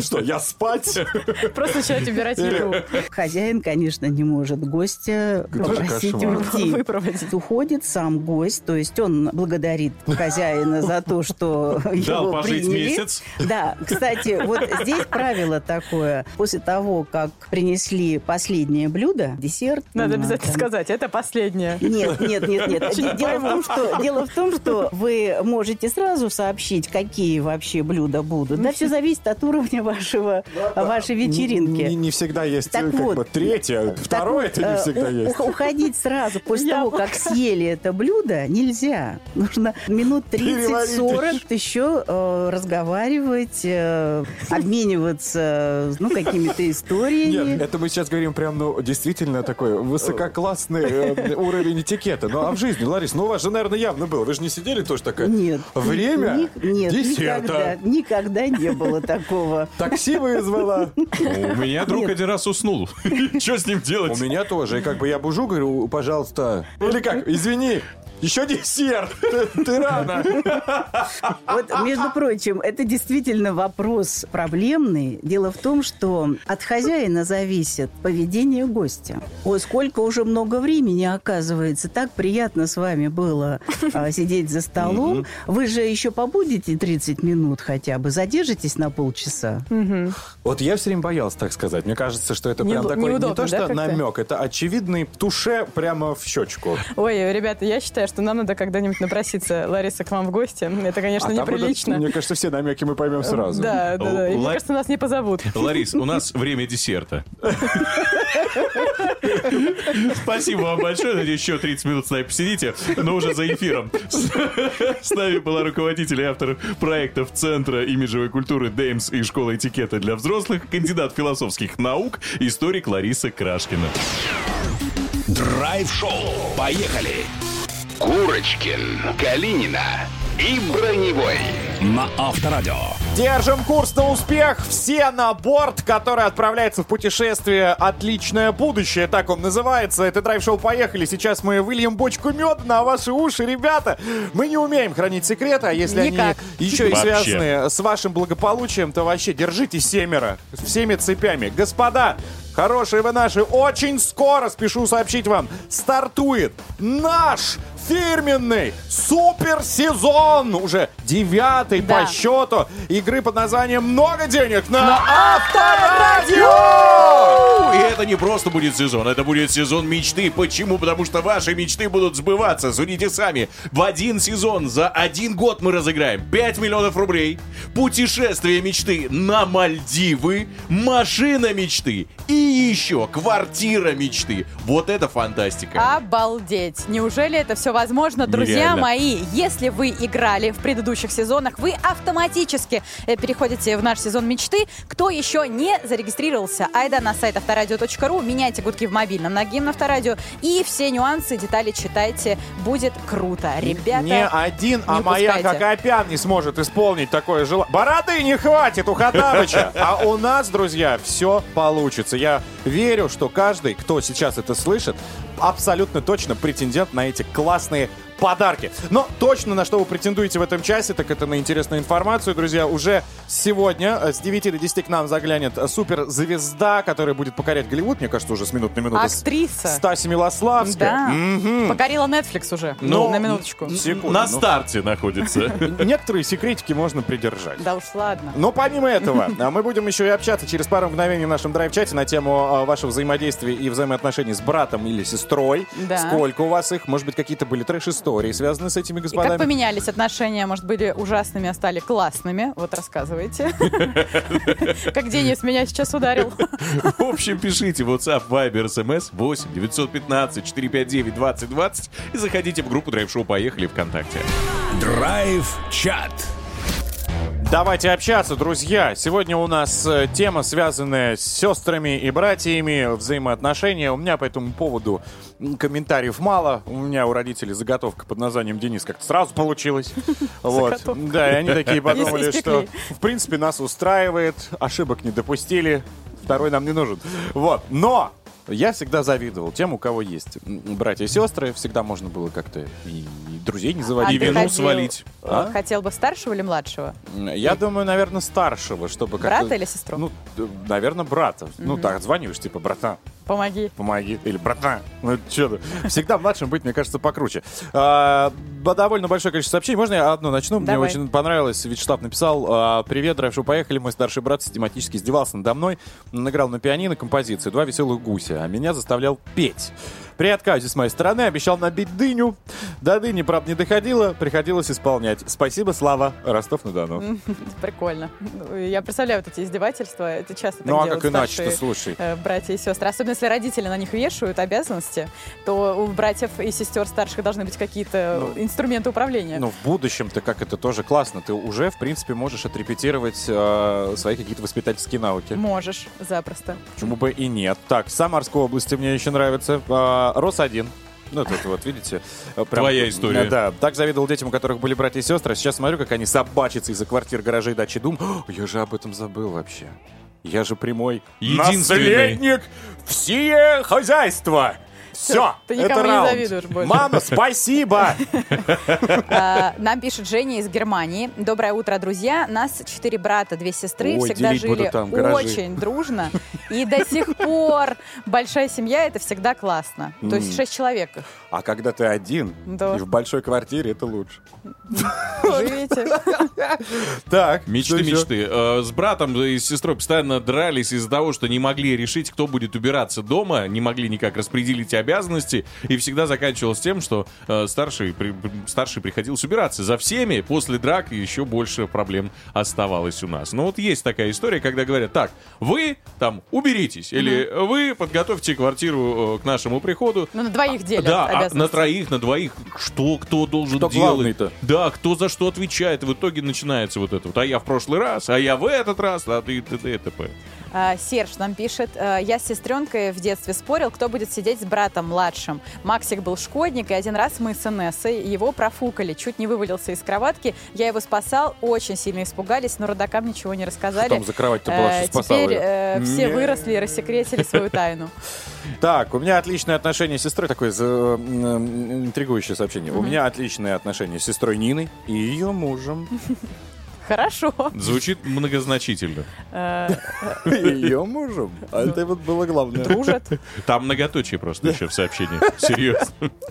S2: Что, я спать делать?
S4: Просто начинать убирать еду.
S11: Хозяин, конечно, не может гостя попросить
S2: кошмар.
S11: уйти.
S4: Выпроводить.
S11: Уходит сам гость, то есть он благодарит хозяина за то, что
S7: Дал
S11: его
S7: пожить
S11: приняли.
S7: месяц.
S11: Да, кстати, вот здесь правило такое. После того, как принесли последнее блюдо, десерт...
S4: Надо
S11: ну,
S4: обязательно
S11: там,
S4: сказать, это последнее.
S11: нет, нет, нет, нет. Дело в, том, что, дело в том, что вы можете сразу сообщить, какие вообще блюда будут.
S2: Ну,
S11: Да, все зависит от уровня вашего, вашей вечеринки.
S2: Не, не всегда есть
S11: Так
S2: э, как
S11: вот.
S2: бы третье,
S11: Так
S2: второе
S11: вот,
S2: это не
S11: э,
S2: всегда
S11: у-
S2: есть.
S11: у- Уходить сразу после того, как съели это блюдо, нельзя. Нужно минут
S2: Переварить
S11: 30-40 еще э, разговаривать, э, обмениваться ну, какими-то
S2: Нет,
S11: историями.
S2: это мы сейчас говорим прям, ну, действительно такой высококлассный э, уровень этикета. Ну, а в жизни, Ларис, ну, у вас же, наверное, явно было. Вы же не сидели тоже такая?
S11: Нет.
S2: Время
S11: ни- нет,
S2: десерта.
S11: Никогда, никогда не было такого.
S2: Такси вызвала.
S7: У меня друг
S11: Нет.
S7: один раз уснул. Что с ним
S2: У
S7: делать?
S2: меня тоже. И как бы я бужу, говорю, пожалуйста. Или как, извини, еще десерт. Ты, ты рано.
S11: Вот, между прочим, это действительно вопрос проблемный. Дело в том, что от хозяина зависит поведение гостя. О, сколько уже много времени оказывается. Так приятно с вами было а, сидеть за столом. Вы же еще побудете 30 минут хотя бы, задержитесь на полчаса.
S2: Вот я все время боялся так сказать. Мне кажется, что это
S4: Не-
S2: прям такой не
S4: неудобно,
S2: то,
S4: да,
S2: что
S4: как-то?
S2: намек, это очевидный туше прямо в щечку.
S4: Ой, ребята, я считаю, что нам надо когда-нибудь напроситься, Лариса, к вам в гости. Это, конечно,
S2: А там это-
S4: неприлично.
S2: Мне кажется, все намеки мы поймем сразу.
S4: Да, да,
S2: э,
S4: да. И
S7: Ла-
S4: Мне кажется, нас не позовут.
S7: Ларис, у нас время десерта. Спасибо вам большое. Надеюсь, еще 30 минут с нами посидите, но уже за эфиром. С с нами была руководитель и автор проектов Центра имиджевой культуры ДЭМС и Школы этикета для взрослых, кандидат философских наук, историк Лариса Крашкина.
S10: Драйв-шоу. Поехали.
S5: Курочкин, Калинина и Броневой.
S10: На Авторадио.
S2: Держим курс на успех. Все на борт, который отправляется в путешествие «Отличное будущее». Так он называется. Это драйв-шоу «Поехали». Сейчас мы выльем бочку меда на ваши уши. Ребята, мы не умеем хранить секреты, а если
S4: Никак.
S2: они еще и
S7: Вообще.
S2: связаны с вашим благополучием, то вообще держите семеро всеми цепями. Господа, хорошие вы наши, очень скоро, спешу сообщить вам, стартует наш фирменный суперсезон. Уже девятый
S4: Да.
S2: по счету счету игры под названием «Много денег» на А». Авторадио!
S7: И это не просто будет сезон, это будет сезон мечты. Почему? Потому что ваши мечты будут сбываться. Судите сами. В один сезон за один год мы разыграем 5 миллионов рублей, путешествие мечты на Мальдивы, машина мечты и еще квартира мечты. Вот это
S4: А.
S7: фантастика.
S4: Обалдеть! Неужели это все возможно, друзья
S7: Нереально.
S4: мои? Если вы играли в предыдущих сезонах, вы автоматически э, переходите в наш сезон мечты. Кто еще не зарегистрировался, айда на сайт авторадио.ру, меняйте гудки в мобильном на гимн Авторадио и все нюансы, детали читайте. Будет круто, ребята.
S2: Не один, а
S4: не
S2: моя
S4: упускайте.
S2: Акопян не сможет исполнить такое желание. Бороды не хватит у Хатабыча. А у нас, друзья, все получится. Я верю, что каждый, кто сейчас это слышит, абсолютно точно претендент на эти классные подарки. Но точно на что вы претендуете в этом часе, так это на интересную информацию, друзья. Уже сегодня э, с 9 до 10 к нам заглянет э, суперзвезда, которая будет покорять Голливуд, мне кажется, уже с минут на минуту.
S4: Актриса.
S2: Стася Милославская.
S4: Да. Покорила Netflix уже.
S2: Ну,
S4: на минуточку.
S2: Секунду,
S7: На
S2: ну.
S7: старте находится.
S2: Некоторые секретики можно придержать.
S4: Да уж ладно.
S2: Но помимо этого, а, мы будем еще и общаться через пару мгновений в нашем драйв-чате на тему а, вашего взаимодействия и взаимоотношений с братом или сестрой.
S4: Да.
S2: Сколько у вас их? Может быть, какие-то были трэш-истории, связанные с этими
S4: И как
S2: господами?
S4: поменялись отношения, может, были ужасными, а стали классными? Вот рассказывайте. Как Денис меня сейчас ударил.
S7: В общем, пишите WhatsApp, Viber, SMS 8 915 459 2020 и заходите в группу Драйв Шоу Поехали ВКонтакте.
S10: Драйв-чат.
S2: Давайте общаться, друзья. Сегодня у нас э, тема, связанная с сестрами и братьями, взаимоотношения. У меня по этому поводу м, комментариев мало. У меня у родителей заготовка под названием Денис как-то сразу получилась. Вот.
S4: Заготовка.
S2: Да, и они такие подумали,
S4: Если
S2: что
S4: испекли.
S2: в принципе нас устраивает, ошибок не допустили, второй нам не нужен. Вот. Но Я всегда завидовал тем, у кого есть м, братья и сестры. Всегда можно было как-то и, и друзей не
S4: А
S2: заводить.
S4: ты
S2: и вину
S4: хотел-
S2: свалить.
S4: э,
S2: А?
S4: Хотел бы старшего или младшего?
S2: Я думаю, наверное, старшего, чтобы как-то...
S4: Брата или сестру?
S2: Ну, наверное, брата. Ну, так, звонишь, типа, братан,
S4: Помоги.
S2: помоги. Или братан, ну что ты. Всегда младшим быть, мне кажется, покруче. А, да, довольно большое количество сообщений. Можно я одно начну? Мне
S4: Давай.
S2: очень понравилось. Вячеслав написал, а, привет, Драйв Шоу, поехали. Мой старший брат систематически издевался надо мной. Он играл на пианино композицию «Два веселых гуся», а меня заставлял петь. При отказе с моей стороны обещал набить дыню. До дыни, правда, не доходило, приходилось исполнять. Спасибо, Слава, Ростов-на-Дону.
S4: Это прикольно. Ну, Я представляю вот эти издевательства. Это часто так
S2: Ну а
S4: делают
S2: как иначе-то,
S4: старшие,
S2: слушай.
S4: э, братья и сестры. Особенно если родители на них вешают обязанности, то у братьев и сестер старших должны быть какие-то инструменты управления.
S2: Ну, в будущем-то как это тоже классно. Ты уже, в принципе, можешь отрепетировать э, свои какие-то воспитательские навыки.
S4: Можешь запросто.
S2: Почему бы и нет. Так, Самарской области мне еще нравится. А, Рос-1. Ну, тут вот, видите, э, прям-
S3: Твоя история.
S2: Э, Да, так завидовал детям, у которых были братья и сестры. а Сейчас смотрю, как они собачатся из-за квартир, гаражей, дачи, дум. О, я же об этом забыл вообще. Я же прямой
S3: Единственный.
S2: наследник все хозяйства. Все,
S4: ты
S2: это
S4: никому не
S2: раунд.
S4: завидуешь больше.
S2: Мама, спасибо!
S4: А, Нам пишет Женя из Германии. Доброе утро, друзья. Нас четыре брата, две сестры.
S2: Ой,
S4: всегда
S2: делить буду
S4: жили
S2: там, гаражи.
S4: очень дружно. И до сих пор большая семья — это всегда классно. То есть шесть человек их.
S2: А когда ты один
S4: Да.
S2: и в большой квартире, это лучше.
S4: живете.
S2: Так,
S3: Мечты, мечты. Э, С братом и с сестрой постоянно дрались из-за того, что не могли решить, кто будет убираться дома, не могли никак распределить обязанности, и всегда заканчивалось тем, что э, старший, при- старший приходилось убираться за всеми, после драк еще больше проблем оставалось у нас. Но вот есть такая история, когда говорят, так, вы там уберитесь, или вы подготовьте квартиру э, к нашему приходу,
S4: Ну, на двоих делят
S3: да, а на
S4: обязанности.
S3: троих, на двоих. Что, кто должен
S2: Кто
S3: делать?
S2: главный-то?
S3: Да, кто за что отвечает. В итоге начинается вот это вот. А я в прошлый раз, а я в этот раз, а ты, ты, ты, т.п.
S4: А, Серж нам пишет, э, я с сестренкой в детстве спорил, кто будет сидеть с братом младшим. Максик был шкодник, и один раз мы с Инессой его профукали, чуть не вывалился из кроватки. Я его спасал, очень сильно испугались, но родакам ничего не рассказали.
S2: Там за кровать-то была,
S4: Э,
S2: что спасала
S4: Теперь
S2: её.
S4: э, все выросли и рассекретили свою тайну.
S2: Так, у меня отличные отношения с сестрой. Такое за- м, интригующее сообщение. У меня отличные отношения с сестрой Ниной и ее мужем.
S4: Хорошо.
S3: Звучит многозначительно.
S4: Э,
S2: Ее мужем? А это вот было главное.
S4: Дружат.
S3: Там многоточие просто еще в сообщении. Серьезно.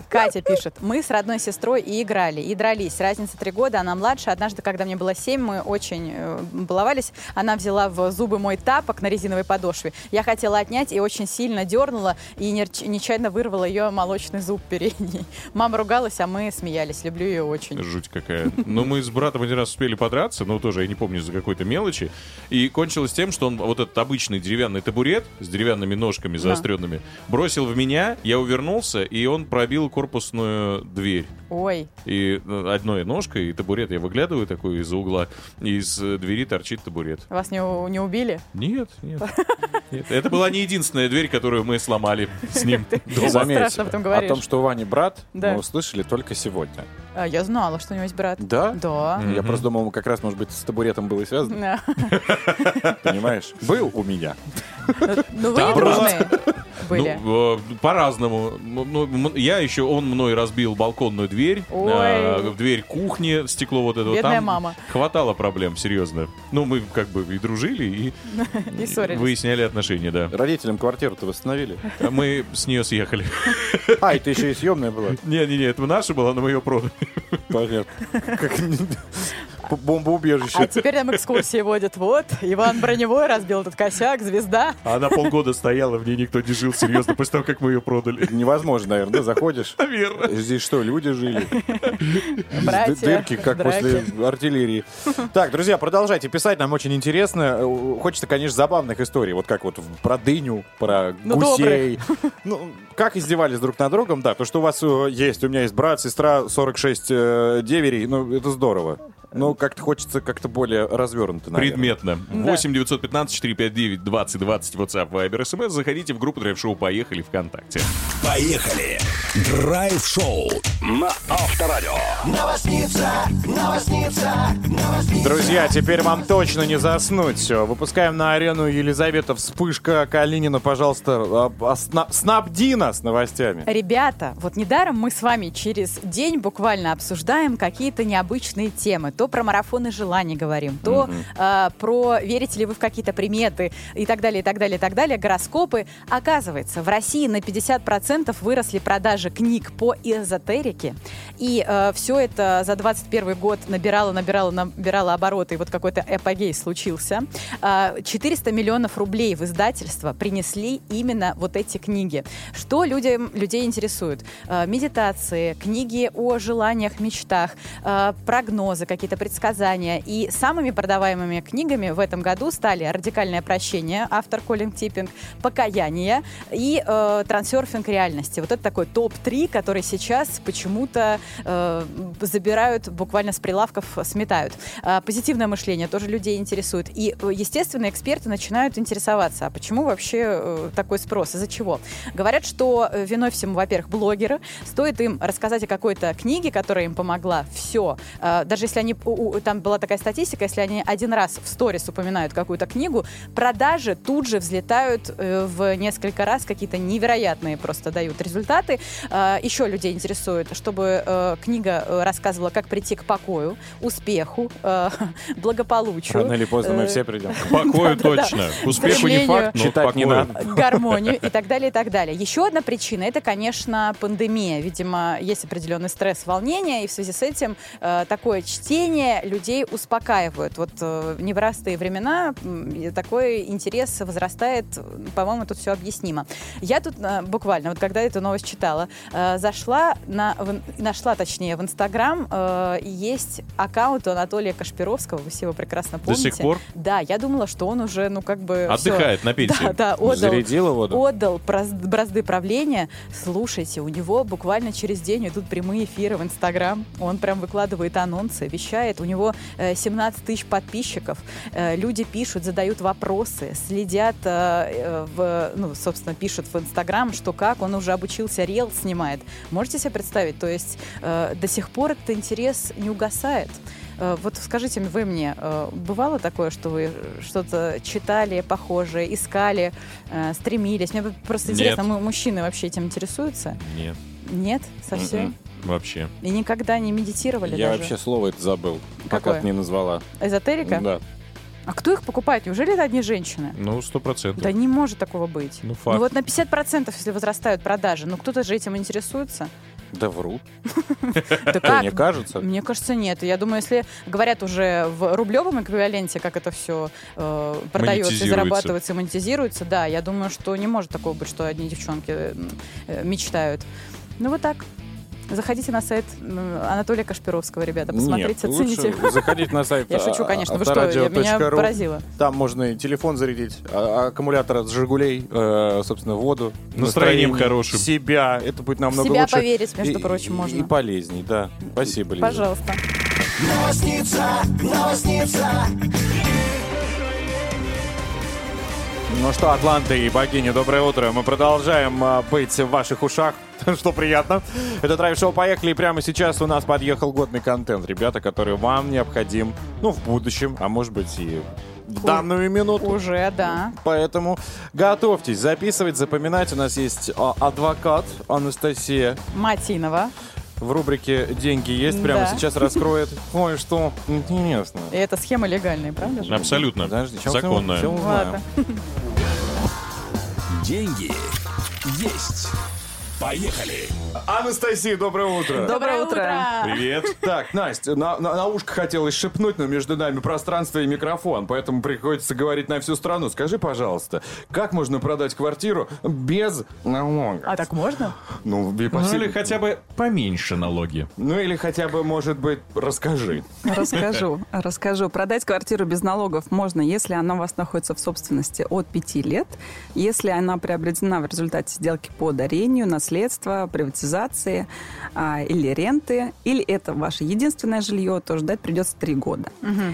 S4: Катя пишет, мы с родной сестрой и играли, и дрались. Разница три года, она младше. Однажды, когда мне было семь, мы очень э, баловались. Она взяла в зубы мой тапок на резиновой подошве. Я хотела отнять и очень сильно дернула, и нерч- нечаянно вырвала ее молочный зуб передний. Мама ругалась, а мы смеялись. Люблю ее очень.
S3: Жуть какая. Но мы с братом один раз успели подраться, но тоже я не помню за какой-то мелочи. И кончилось тем, что он вот этот обычный деревянный табурет с деревянными ножками заостренными бросил в меня, я увернулся, и он пробил корпусную дверь.
S4: Ой,
S3: И э, одной ножкой, и табурет. Я выглядываю такой из-за угла, и из э, двери торчит табурет.
S4: вас не, у- не убили?
S3: Нет, нет, нет. Это была не единственная дверь, которую мы сломали с ним дома.
S4: страшно об этом
S2: о
S4: говоришь.
S2: том, что у Вани брат,
S4: Да.
S2: мы услышали только сегодня.
S4: А, я знала, что у него есть брат.
S2: Да?
S4: Да.
S2: Я просто думал, как раз, может быть, с табуретом было и связано,
S4: Да.
S2: понимаешь? Был у меня.
S4: Ну вы не дружные были.
S3: Ну, э, по-разному. М- ну, м- я еще, он мной разбил балконную дверь,
S4: Ой.
S3: э, дверь кухни, стекло вот это вот
S4: Бедная
S3: там.
S4: мама.
S3: Хватало проблем, серьезно. Ну, мы как бы и дружили, и,
S4: И ссорились.
S3: выясняли отношения, да.
S2: Родителям квартиру-то восстановили.
S3: Мы с нее съехали.
S2: А, это еще и съемная была.
S3: Не-не-не, это наша была, но мы ее продали.
S2: Понятно. Как бомбоубежище.
S4: А теперь нам экскурсии водят. Вот, Иван Броневой разбил этот косяк, звезда.
S3: Она полгода стояла, в ней никто не жил, серьезно, после того, как мы ее продали.
S2: Невозможно, наверное, да? заходишь.
S3: Наверное.
S2: Здесь что, люди жили?
S4: Братья,
S2: Д- Дырки, как
S4: драки.
S2: после артиллерии. Так, друзья, продолжайте писать, нам очень интересно. Э, Хочется, конечно, забавных историй. Вот как вот в- про дыню, про
S4: Ну,
S2: гусей. Ну, как издевались друг над другом, да. То, что у вас э, есть, у меня есть брат, сестра, 46 э, деверей, ну, это здорово. Но как-то хочется как-то более развернуто, наверное.
S7: Предметно. 8 915 459 2020 WhatsApp, Viber, SMS. Заходите в группу Драйв Шоу «Поехали» ВКонтакте.
S10: Поехали! Драйв-шоу
S5: На Авторадио.
S2: Друзья, теперь вам точно не заснуть. Все, выпускаем на арену Елизавета Вспышка Калинина, пожалуйста, об- осна- снабди нас новостями.
S4: Ребята, вот недаром мы с вами через день буквально обсуждаем какие-то необычные темы. То про марафоны желаний говорим, то э, про верите ли вы в какие-то приметы и так далее, и так далее, и так далее, гороскопы. Оказывается, в России на 50% выросли продажи книг по эзотерике. И все это за 21 год набирало, набирало, набирало обороты. И вот какой-то эпогей случился. Э, 400 миллионов рублей в издательство принесли именно вот эти книги. Что людям, людей интересует? Э, Медитации, книги о желаниях, мечтах, э, прогнозы, какие-то предсказания. И самыми продаваемыми книгами в этом году стали «Радикальное прощение», автор Колин Типпинг, «Покаяние» и э, «Трансерфинг реальности». Вот это такой топ-3, который сейчас почему-то э, забирают, буквально с прилавков сметают. А, Позитивное мышление тоже людей интересует. И, э, естественно, эксперты начинают интересоваться, а почему вообще э, такой спрос, из-за чего? Говорят, что э, виной всему, во-первых, блогеры. Стоит им рассказать о какой-то книге, которая им помогла, все. Даже если они, у- у- там была такая статистика, если они один раз в сторис упоминают какую-то книгу, продажи тут же взлетают э, в несколько раз, какие-то невероятные просто дают результаты. Э, Еще людей интересует, чтобы э, книга э, рассказывала, как прийти к покою, успеху, э, благополучию.
S2: Рано или поздно мы
S4: Э,
S2: все придем.
S7: К Покою точно. К Успеху не
S4: сожалению.
S7: факт, но к
S2: Читать не
S7: покою.
S2: надо.
S4: гармонию и так далее, и так далее. Еще одна причина – это, конечно, пандемия. Видимо, есть определенный стресс, волнение, и в связи с этим э, такое чтение людей успокаивает. Вот э, в непростые времена м, и такой интерес возрастает. По-моему, тут все объяснимо. Я тут э, буквально, вот когда эту новость читала, э, зашла, на, в ин- нашла, точнее, в Инстаграм, э, есть аккаунт у Анатолия Кашпировского, вы все его прекрасно
S7: До
S4: помните.
S7: сих пор
S4: Да, я думала, что он уже, ну, как бы... всё.
S7: отдыхает на
S4: Да,
S7: пенсии.
S4: да, отдал,
S2: Зарядила воду.
S4: отдал бразд- бразды правления. Слушайте, у него буквально через день идут прямые эфиры в Инстаграм. Он прям выкладывает анонсы, вещает. У него э, 17 тысяч подписчиков. Э, Люди пишут, задают вопросы, следят, э, э, в, ну, собственно, пишут в Инстаграм, что как. Он уже обучился, рел снимает. Можете себе представить? То есть э, до сих пор этот интерес не угасает. Э, Вот скажите вы мне, э, бывало такое, что вы что-то читали похожее, искали, э, стремились? Мне бы просто
S7: Нет.
S4: интересно, му- мужчины вообще этим интересуются?
S7: Нет,
S4: Нет, совсем?
S7: вообще.
S4: И никогда не медитировали
S2: М-м. Я
S4: даже?
S2: вообще слово это забыл, пока
S4: Какое?
S2: ты не назвала.
S4: Эзотерика?
S2: Да.
S4: А кто их покупает? Неужели это одни женщины?
S7: Ну, сто процентов.
S4: Да не может такого быть.
S7: Ну, факт.
S4: Ну вот на 50%, если возрастают продажи, ну кто-то же этим интересуется.
S2: Да врут,
S4: Да
S2: тебе
S4: как?
S2: не кажется?
S4: Мне кажется, нет. Я думаю, если говорят уже в рублевом эквиваленте, как это все продается, и
S7: Монетизируется.
S4: зарабатывается и монетизируется, да, я думаю, что не может такого быть, что одни девчонки э, э, мечтают. Ну вот так. Заходите на сайт м, Анатолия Кашпировского, ребята, посмотрите,
S2: Нет,
S4: оцените.
S2: лучше заходить на сайт
S4: Я шучу,
S2: а,
S4: конечно. Вы что, я- меня
S2: авторадио.ру.
S4: поразило.
S2: Там можно и телефон зарядить, а- аккумулятор от «Жигулей», э, собственно, воду.
S7: Настроением хорошим.
S2: Себя. Это будет
S4: В
S2: намного
S4: себя
S2: лучше.
S4: поверить, между
S2: И-
S4: прочим,
S2: И
S4: можно.
S2: полезней, да. Спасибо, Лиза.
S4: Пожалуйста.
S2: Ну что, Атланты и богини, доброе утро. Мы продолжаем а, быть в ваших ушах, что приятно. Это драйв-шоу «Поехали», и прямо сейчас у нас подъехал годный контент, ребята, который вам необходим, ну, в будущем, а может быть и в данную минуту.
S4: Уже, да.
S2: Поэтому готовьтесь записывать, запоминать. У нас есть а, адвокат Анастасия
S4: Матинова.
S2: в рубрике «Деньги есть». Прямо
S4: Да.
S2: сейчас раскроет кое-что интересное.
S4: И эта схема легальная, правда же?
S7: Абсолютно.
S2: Подожди, сейчас мы
S7: Законная.
S2: всё узнаем.
S4: Ладно.
S10: деньги есть. Поехали!
S2: Анастасия, доброе утро.
S4: Доброе утро.
S7: Привет.
S2: Так, Настя, на, на, на ушко хотелось шепнуть, но между нами пространство и микрофон, поэтому приходится говорить на всю страну. Скажи, пожалуйста, как можно продать квартиру без налога?
S4: А так можно?
S2: Ну, и по
S7: Ну
S2: всей-
S7: или хотя бы поменьше налоги.
S2: ну или хотя бы, может быть, расскажи.
S8: Расскажу, расскажу. Продать квартиру без налогов можно, если она у вас находится в собственности от 5 лет, если она приобретена в результате сделки по дарению, на наследства, приватизации а, или ренты, или это ваше единственное жилье, то ждать придется три года.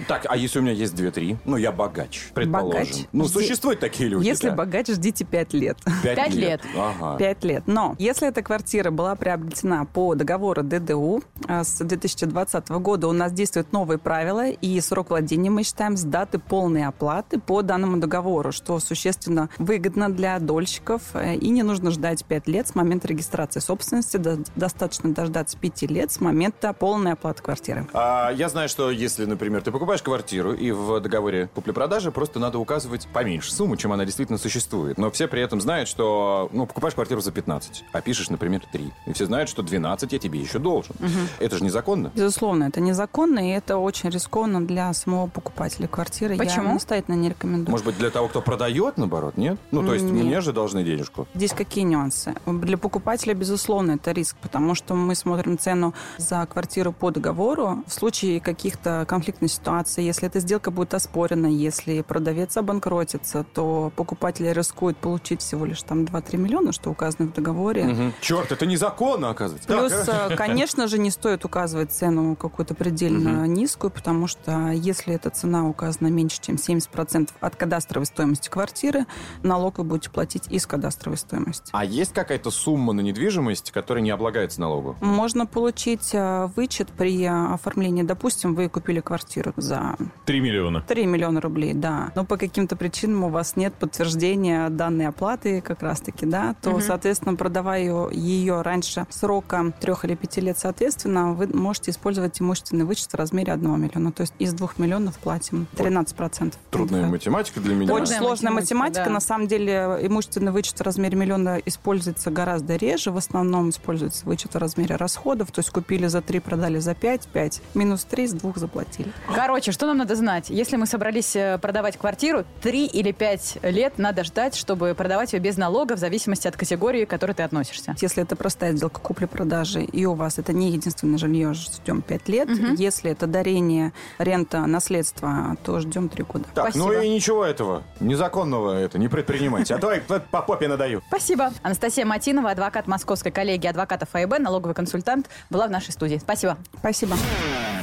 S2: Так, а если у меня есть 2-3? Ну, я богач, предположим.
S8: Богач.
S2: Ну,
S8: Жди-
S2: существуют такие люди,
S8: Если
S2: да.
S8: богач, ждите пять лет.
S2: Пять А,
S4: Пять лет.
S2: Ага.
S8: Пять лет. Но если эта квартира была приобретена по договору ДДУ э, с 2020 года, у нас действуют новые правила, и срок владения мы считаем с даты полной оплаты по данному договору, что существенно выгодно для дольщиков, э, и не нужно ждать пять лет с момента регистрации собственности, до- достаточно дождаться пяти лет с момента полной оплаты квартиры.
S2: А, я знаю, что если, например, ты покупаешь квартиру, и в договоре купли-продажи просто надо указывать поменьше сумму, чем она действительно существует. Но все при этом знают, что ну, покупаешь квартиру за 15, а пишешь, например, 3. И все знают, что 12 я тебе еще должен. Это же незаконно.
S8: Безусловно, это незаконно, и это очень рискованно для самого покупателя квартиры.
S4: Почему?
S8: Я настоятельно не рекомендую.
S2: Может быть, для того, кто продает, наоборот, нет? Ну, то есть,
S8: Нет.
S2: мне же должны денежку.
S8: Здесь какие нюансы? Для покупателя, безусловно, это риск, потому что мы смотрим цену за квартиру по договору. В случае каких-то конфликтных ситуаций, если эта сделка будет оспорена, если продавец обанкротится, то покупатель рискует получить всего лишь там 2-3 миллиона, что указано в договоре.
S2: Черт, это незаконно, оказывается.
S8: Плюс,
S2: Так,
S8: э, конечно же, не стоит указывать цену какую-то предельно низкую, потому что если эта цена указана меньше, чем 70% от кадастровой стоимости квартиры, налог вы будете платить из кадастровой стоимости.
S2: А есть какая-то сумма на недвижимость, которая не облагается налогу?
S8: Можно получить э, вычет при э, оформлении. Допустим, вы купили квартиру за
S7: 3 миллиона.
S8: 3 миллиона рублей, да. Но по каким-то причинам у вас нет подтверждения данной оплаты как раз-таки, да. То,
S4: Мгм.
S8: соответственно, продавая ее- ее раньше срока 3 или 5 лет, соответственно, вы можете использовать имущественный вычет в размере 1 миллиона. То есть из 2 миллионов платим 13%.
S2: Трудная
S8: НДФ.
S2: математика для меня.
S8: Очень
S4: Трудная
S8: сложная
S4: математика,
S8: математика.
S4: да.
S8: На самом деле э, имущественный вычет в размере миллиона используется гораздо реже. В основном используется вычет в размере расходов. То есть купили за 3, продали за 5, 5 минус 3, с 2 заплатили.
S4: Короче, что нам надо знать? Если мы собрались э, продавать квартиру, 3 или 5 лет надо ждать, чтобы продавать ее без налога в зависимости от категории, к которой ты относишься.
S8: Если это простая сделка купли-продажи, и у вас это не единственное жилье, ждем 5 лет.
S4: Мгм.
S8: Если это дарение, рента, наследство, то ждем 3 года.
S2: Так, ну
S4: Спасибо.
S2: и ничего этого, незаконного это, не предпринимайте. А то я по попе надаю.
S4: Спасибо. Анастасия Матинова, адвокат Московской коллегии адвокатов АИБ, налоговый консультант, была в нашей студии. Спасибо.
S8: Спасибо.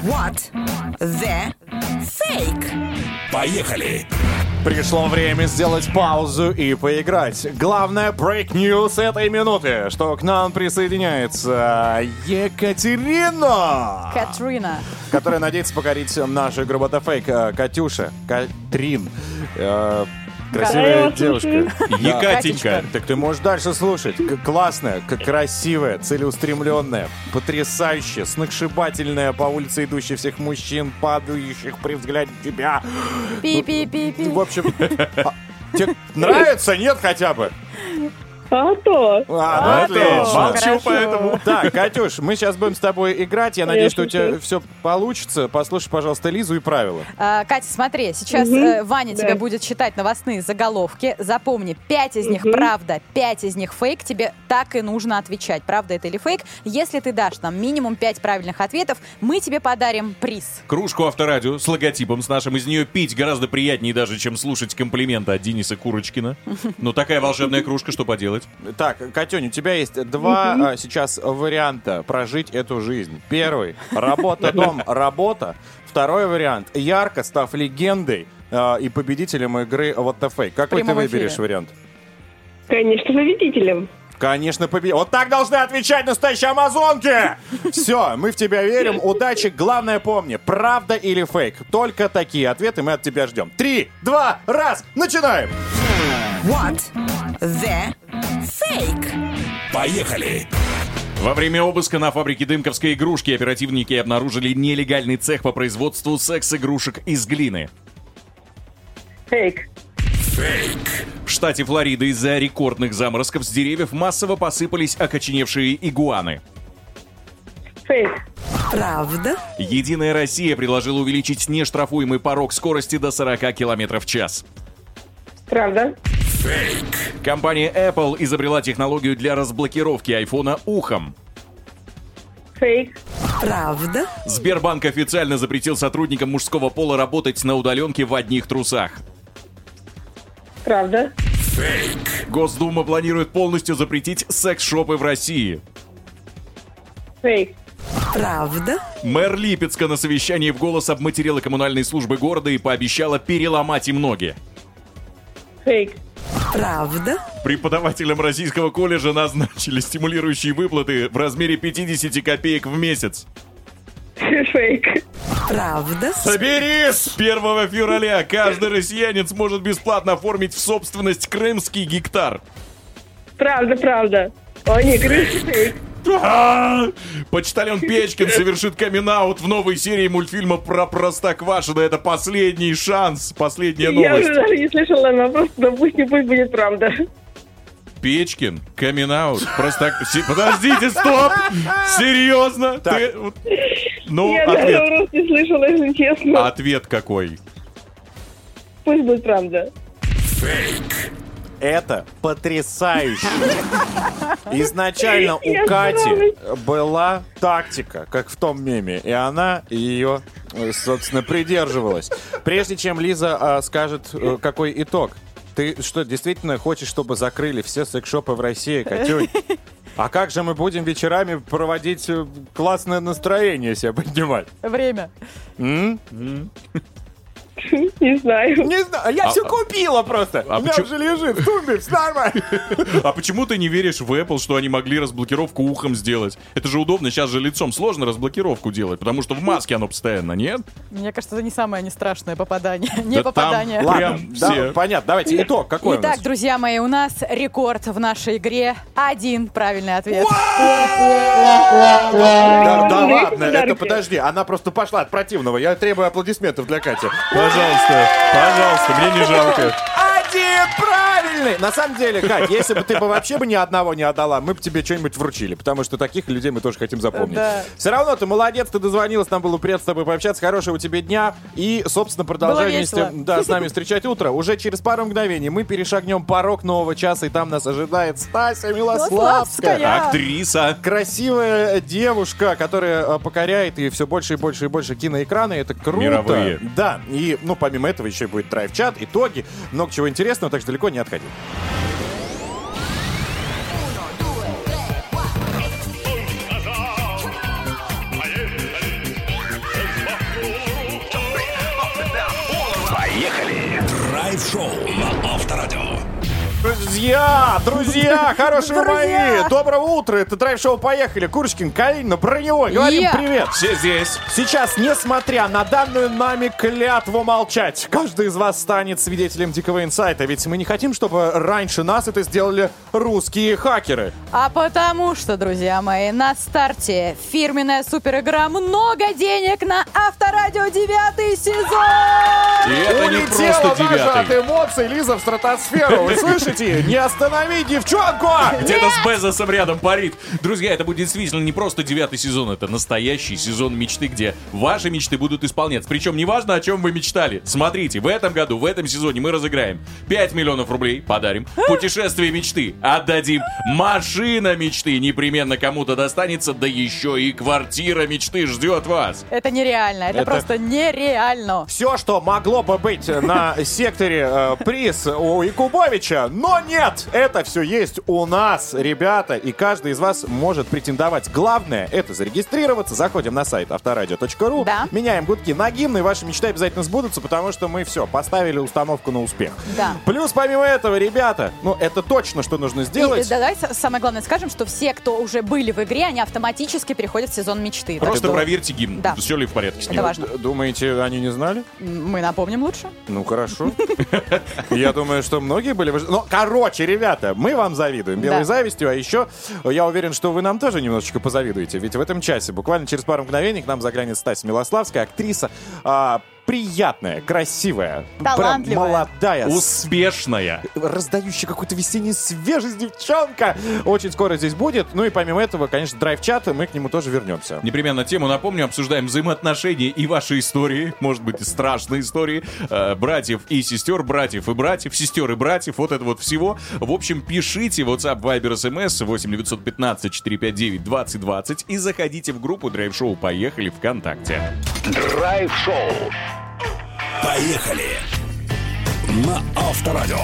S12: What the fake?
S10: Поехали!
S2: Пришло время сделать паузу и поиграть. Главное break news этой минуты, что к нам присоединяется Екатерина,
S4: Катрина.
S2: которая надеется покорить нашу игру Ботафейк. Э, Катюша, Катрин, э,
S13: Здорово,
S2: красивая девушка. Да.
S7: Екатенька.
S2: Так ты можешь дальше слушать. К- Классная, к- красивая, целеустремленная, потрясающая, сногсшибательная по улице идущая всех мужчин, падающих при взгляде на тебя.
S4: Пи-пи-пи-пи.
S2: В общем, а, тебе нравится, нет хотя бы?
S13: А то.
S2: А, ну, отлично.
S7: Молчу поэтому.
S2: Так, Катюш, мы сейчас будем с тобой играть. Я надеюсь, что у тебя
S13: Конечно.
S2: все получится. Послушай, пожалуйста, Лизу и правила.
S4: А, Катя, смотри, сейчас
S13: Мгм.
S4: э, Ваня
S13: Да.
S4: тебе будет читать новостные заголовки. Запомни, пять из них
S13: Мгм.
S4: правда, пять из них фейк. Тебе так и нужно отвечать, правда это или фейк. Если ты дашь нам минимум пять правильных ответов, мы тебе подарим приз.
S7: Кружку авторадио с логотипом с нашим. Из нее пить гораздо приятнее даже, чем слушать комплименты от Дениса Курочкина. Ну, такая волшебная кружка, что поделать?
S2: Так, Катюнь, у тебя есть два а, сейчас варианта прожить эту жизнь. Первый — работа, дом, работа. Второй вариант — ярко став легендой а, и победителем игры What the Fake. Какой ты
S4: прямом
S2: выберешь
S4: эфире.
S2: вариант?
S13: Конечно, победителем.
S2: Конечно, победил. Вот так должны отвечать настоящие амазонки! Все, мы в тебя верим. Удачи. Главное помни, правда или фейк. Только такие ответы мы от тебя ждем. Три, два, раз, начинаем!
S12: What the fake?
S10: Поехали!
S7: Во время обыска на фабрике Дымковской игрушки оперативники обнаружили нелегальный цех по производству секс-игрушек из глины.
S13: Фейк.
S7: В штате Флорида из-за рекордных заморозков с деревьев массово посыпались окоченевшие игуаны.
S13: Фейк.
S12: Правда?
S7: Единая Россия предложила увеличить нештрафуемый порог скорости до 40 км в час.
S13: Правда.
S7: Компания Apple изобрела технологию для разблокировки айфона ухом.
S13: Фейк.
S12: Правда?
S7: Сбербанк официально запретил сотрудникам мужского пола работать на удаленке в одних трусах.
S13: Правда.
S10: Фейк.
S3: Госдума планирует полностью запретить секс-шопы в России.
S13: Фейк.
S12: Правда?
S3: Мэр Липецка на совещании в голос обматерила коммунальные службы города и пообещала переломать им ноги.
S13: Фейк.
S12: Правда?
S3: Преподавателям российского колледжа назначили стимулирующие выплаты в размере 50 копеек в месяц.
S13: Фейк.
S12: Правда?
S3: Соберись! 1 февраля а каждый россиянин сможет бесплатно оформить в собственность крымский гектар.
S13: Правда, правда. О, не крыша, фейк.
S3: А-а-а! Почтальон А! Печкин совершит камин в новой серии мультфильма про Простоквашино. Это последний шанс,
S13: Я
S3: последняя
S13: уже
S3: новость.
S13: даже не слышала, но просто, ну, пусть не пусть будет правда.
S3: Печкин, камин Просток... Се- Подождите, стоп! Серьезно? Ты- вот- Ну,
S13: Я даже
S3: ответ.
S13: просто не слышала, если
S2: А.
S13: честно.
S3: Ответ какой?
S13: Пусть будет правда.
S2: Это потрясающе. Изначально
S13: А? Я
S2: у Кати была тактика, как в том меме, и она ее, э, собственно, придерживалась. Прежде чем Лиза а, скажет, э, какой итог, ты что, действительно хочешь, чтобы закрыли все секс-шопы в России, Катюнь? А как же мы будем вечерами проводить э, классное настроение себя поднимать?
S4: Время.
S2: М?
S13: Не знаю.
S2: Не знаю, я
S3: А-
S2: все
S3: а-
S2: купила просто.
S3: а
S2: У меня
S3: почему-
S2: уже лежит в тумбе, всё нормально.
S3: А почему ты не веришь в Apple, что они могли разблокировку ухом сделать? Это же удобно, сейчас же лицом сложно разблокировку делать, потому что в маске оно постоянно, нет?
S4: Мне кажется, это не самое не страшное попадание. Не
S3: Да там
S4: попадание.
S3: ладно,
S2: Ладно,
S3: Прям
S2: да,
S3: все.
S2: понятно. Давайте итог какой у нас?
S4: Итак, друзья мои, у нас рекорд в нашей игре. Один правильный ответ.
S2: Да,
S3: А, ну,
S2: да
S13: Смотрите,
S2: ладно, это
S13: подарки.
S2: подожди, она просто пошла от противного. Я требую аплодисментов для Кати.
S3: Пожалуйста, пожалуйста, мне не жалко.
S2: Один правильный! На самом деле, Кать, если бы ты бы вообще бы ни одного не отдала, мы бы тебе что-нибудь вручили, потому что таких людей мы тоже хотим запомнить.
S4: Да.
S2: Все равно ты молодец, ты дозвонилась, нам было приятно с тобой пообщаться, хорошего тебе дня и, собственно, продолжай
S4: Было
S2: вместе
S4: весело.
S2: да, с нами встречать утро. Уже через пару мгновений мы перешагнем порог нового часа, и там нас ожидает Стася Милославская.
S4: Милославская. Я.
S3: Актриса.
S2: красивая девушка, которая э, покоряет и все больше и больше и больше киноэкраны. Это круто.
S3: Мировые.
S2: Да. И, ну, помимо этого еще будет драйв-чат, итоги, много чего интересного, так что далеко не отходи.
S5: Поехали! Драйв-шоу на Авторадио.
S2: Друзья, друзья, хорошие
S4: Друзья.
S2: мои, доброго утра, это драйв-шоу «Поехали», Курочкин, Калинина, Броневой, говорим
S4: Я.
S2: привет.
S3: Все здесь.
S2: Сейчас, несмотря на данную нами клятву молчать, каждый из вас станет свидетелем дикого инсайта, ведь мы не хотим, чтобы раньше нас это сделали русские хакеры.
S4: А потому что, друзья мои, на старте фирменная суперигра «Много денег» на Авторадио 9
S3: И
S4: сезон!
S3: это не
S2: Улетела
S3: просто
S2: даже от
S3: девятый.
S2: эмоций Лиза в стратосферу. Вы слышите? Не останови девчонку!
S3: Где-то с Безосом рядом парит. Друзья, это будет действительно не просто девятый сезон, это настоящий сезон мечты, где ваши мечты будут исполняться. Причем неважно, о чем вы мечтали. Смотрите, в этом году, в этом сезоне мы разыграем 5 миллионов рублей, подарим. Путешествие мечты отдадим. Машина мечты непременно кому-то достанется, да еще и квартира мечты ждет вас.
S4: Это нереально, это,
S2: Это-
S4: просто нереально.
S2: Все, что могло бы быть на секторе э, приз у Якубовича, но нет! Это все есть у нас, ребята, и каждый из вас может претендовать. Главное — это зарегистрироваться. Заходим на сайт авторадио.ру,
S4: Да.
S2: меняем гудки на гимн, и ваши мечты обязательно сбудутся, потому что мы все, поставили установку на успех.
S4: Да.
S2: Плюс, помимо этого, ребята, ну, это точно, что нужно
S4: И,
S2: сделать.
S4: э, давай с- самое главное скажем, что все, кто уже были в игре, они автоматически переходят в сезон мечты. Так
S3: Просто
S4: что
S3: проверьте гимн,
S4: Да.
S3: все ли в порядке с
S4: Это
S3: ним.
S4: важно.
S2: Д- Думаете, они не знали?
S4: Мы напомним лучше.
S2: Ну хорошо. Я думаю, что многие были. бы- Ну, короче, ребята, мы вам завидуем белой
S4: Да.
S2: завистью, а еще я уверен, что вы нам тоже немножечко позавидуете. Ведь в этом часе, буквально через пару мгновений, к нам заглянет Стась Милославская, актриса. а, приятная, красивая, прям
S4: Талантливая.
S2: молодая, с-
S3: Успешная.
S2: раздающая какую-то весеннюю свежесть девчонка. Очень скоро здесь будет. Ну и помимо этого, конечно, драйв-чат, и мы к нему тоже вернемся.
S3: Непременно тему напомню, обсуждаем взаимоотношения и ваши истории, может быть, и страшные истории э, братьев и сестер, братьев и братьев, сестер и братьев, вот это вот всего. В общем, пишите в WhatsApp, Viber, SMS 8 915 459 2020 и заходите в группу Драйв Шоу «Поехали» ВКонтакте.
S5: Драйв-шоу. Поехали! На Авторадио.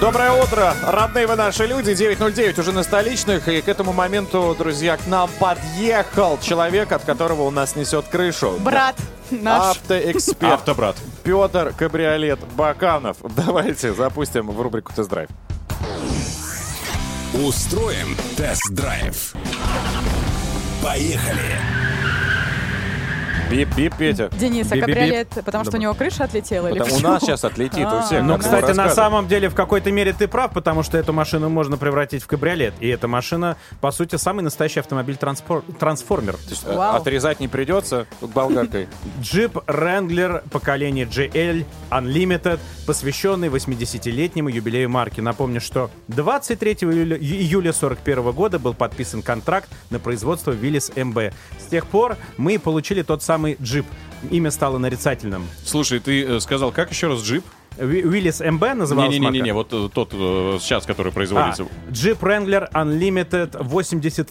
S2: Доброе утро, родные вы наши люди, 9.09 уже на столичных, и к этому моменту, друзья, к нам подъехал человек, от которого у нас несет крышу.
S4: Брат наш.
S2: Автоэксперт. Автобрат. Петр Кабриолет Баканов. Давайте запустим в рубрику «Тест-драйв».
S10: Устроим тест-драйв. Поехали.
S2: Бип-бип, Петя.
S4: Денис, а
S2: Бип-бип-бип.
S4: кабриолет, потому что у него крыша отлетела или
S2: Потому- у
S4: почему?
S2: нас сейчас отлетит у всех.
S14: Ну,
S2: кому
S14: кстати, на
S2: рассказывать.
S14: самом деле, в какой-то мере ты прав, потому что эту машину можно превратить в кабриолет. И эта машина, по сути, самый настоящий автомобиль-трансформер.
S2: Э, Отрезать не придется болгаркой.
S14: Джип Wrangler поколения GL Unlimited, посвященный 80-летнему юбилею марки. Напомню, что 23 июля- июля 41 года был подписан контракт на производство Willys MB. С тех пор мы получили тот самый джип. Имя стало нарицательным.
S7: Слушай, ты э, сказал, как еще раз джип?
S14: Willys MB называлась марка?
S7: Не-не-не, вот э, тот э, сейчас, который производится.
S14: А, Jeep Wrangler Unlimited 80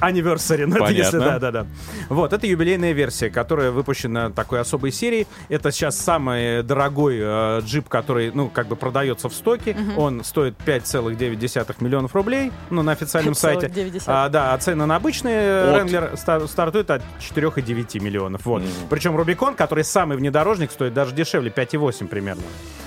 S14: Anniversary, надо,
S7: Понятно.
S14: если да, да, да. Вот, это юбилейная версия, которая выпущена такой особой серией. Это сейчас самый дорогой э, джип, который, ну, как бы продается в стоке.
S7: Мгм.
S14: Он стоит 5,9 миллионов рублей, ну, на официальном сайте.
S7: 5,9.
S14: А, да, а цены на обычные
S7: От.
S14: Wrangler ста- стартуют от 4,9 миллионов. Вот. Причем Рубикон, который самый внедорожник, стоит даже дешевле, 5,8 примерно.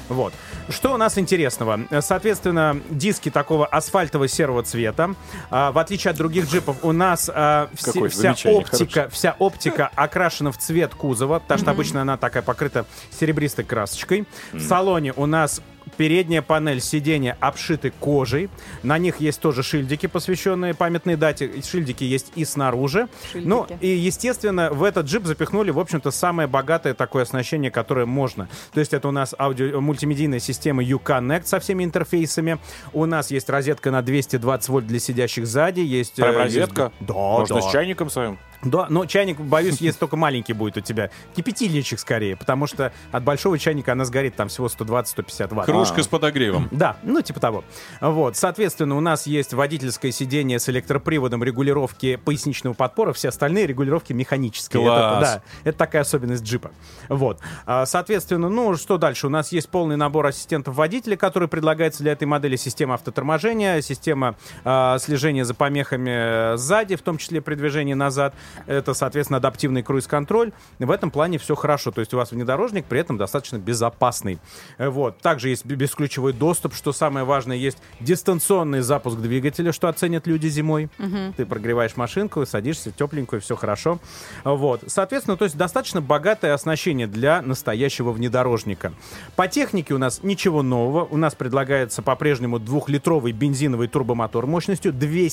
S14: Вот. Что у нас интересного? Э, Соответственно, диски такого асфальтово-серого цвета. А, в отличие от других джипов, у нас а, все-
S2: Какое
S14: вся
S2: замечание,
S14: оптика, вся оптика окрашена в цвет кузова, потому что
S2: Мгм.
S14: обычно она такая покрыта серебристой красочкой. В салоне у нас передняя панель сиденья обшиты кожей. На них есть тоже шильдики, посвященные памятной дате. Шильдики есть и снаружи.
S7: Шильдики.
S14: Ну, и, естественно, в этот джип запихнули, в общем-то, самое богатое такое оснащение, которое можно. То есть это у нас аудио мультимедийная система U-Connect со всеми интерфейсами. У нас есть розетка на 220 вольт для сидящих сзади. Есть... э,
S2: Прям
S14: есть-
S2: розетка?
S14: Да,
S2: Можно
S14: да.
S2: с чайником своим?
S14: Да, но чайник, боюсь, если только маленький будет у тебя. Кипятильничек скорее, потому что от большого чайника она сгорит там всего 120-150 ватт. А.
S7: Кружка с подогревом.
S14: Да, ну типа того. Вот, соответственно, у нас есть водительское сиденье с электроприводом регулировки поясничного подпора, все остальные регулировки механические. Это,
S7: Класс.
S14: да, это такая особенность джипа. Вот, А, соответственно, ну что дальше? У нас есть полный набор ассистентов водителя, который предлагается для этой модели. Система автоторможения, система а, слежения за помехами э, сзади, в том числе при движении назад. Это, соответственно, адаптивный круиз-контроль. В этом плане все хорошо. То есть у вас внедорожник при этом достаточно безопасный. Э, Вот. Также есть б- бесключевой доступ, что самое важное, есть дистанционный запуск двигателя, что оценят люди зимой.
S7: Мгм.
S14: Ты прогреваешь машинку, садишься тепленькую, все хорошо. Вот. Соответственно, то есть достаточно богатое оснащение для настоящего внедорожника. По технике у нас ничего нового. У нас предлагается по-прежнему двухлитровый бензиновый турбомотор мощностью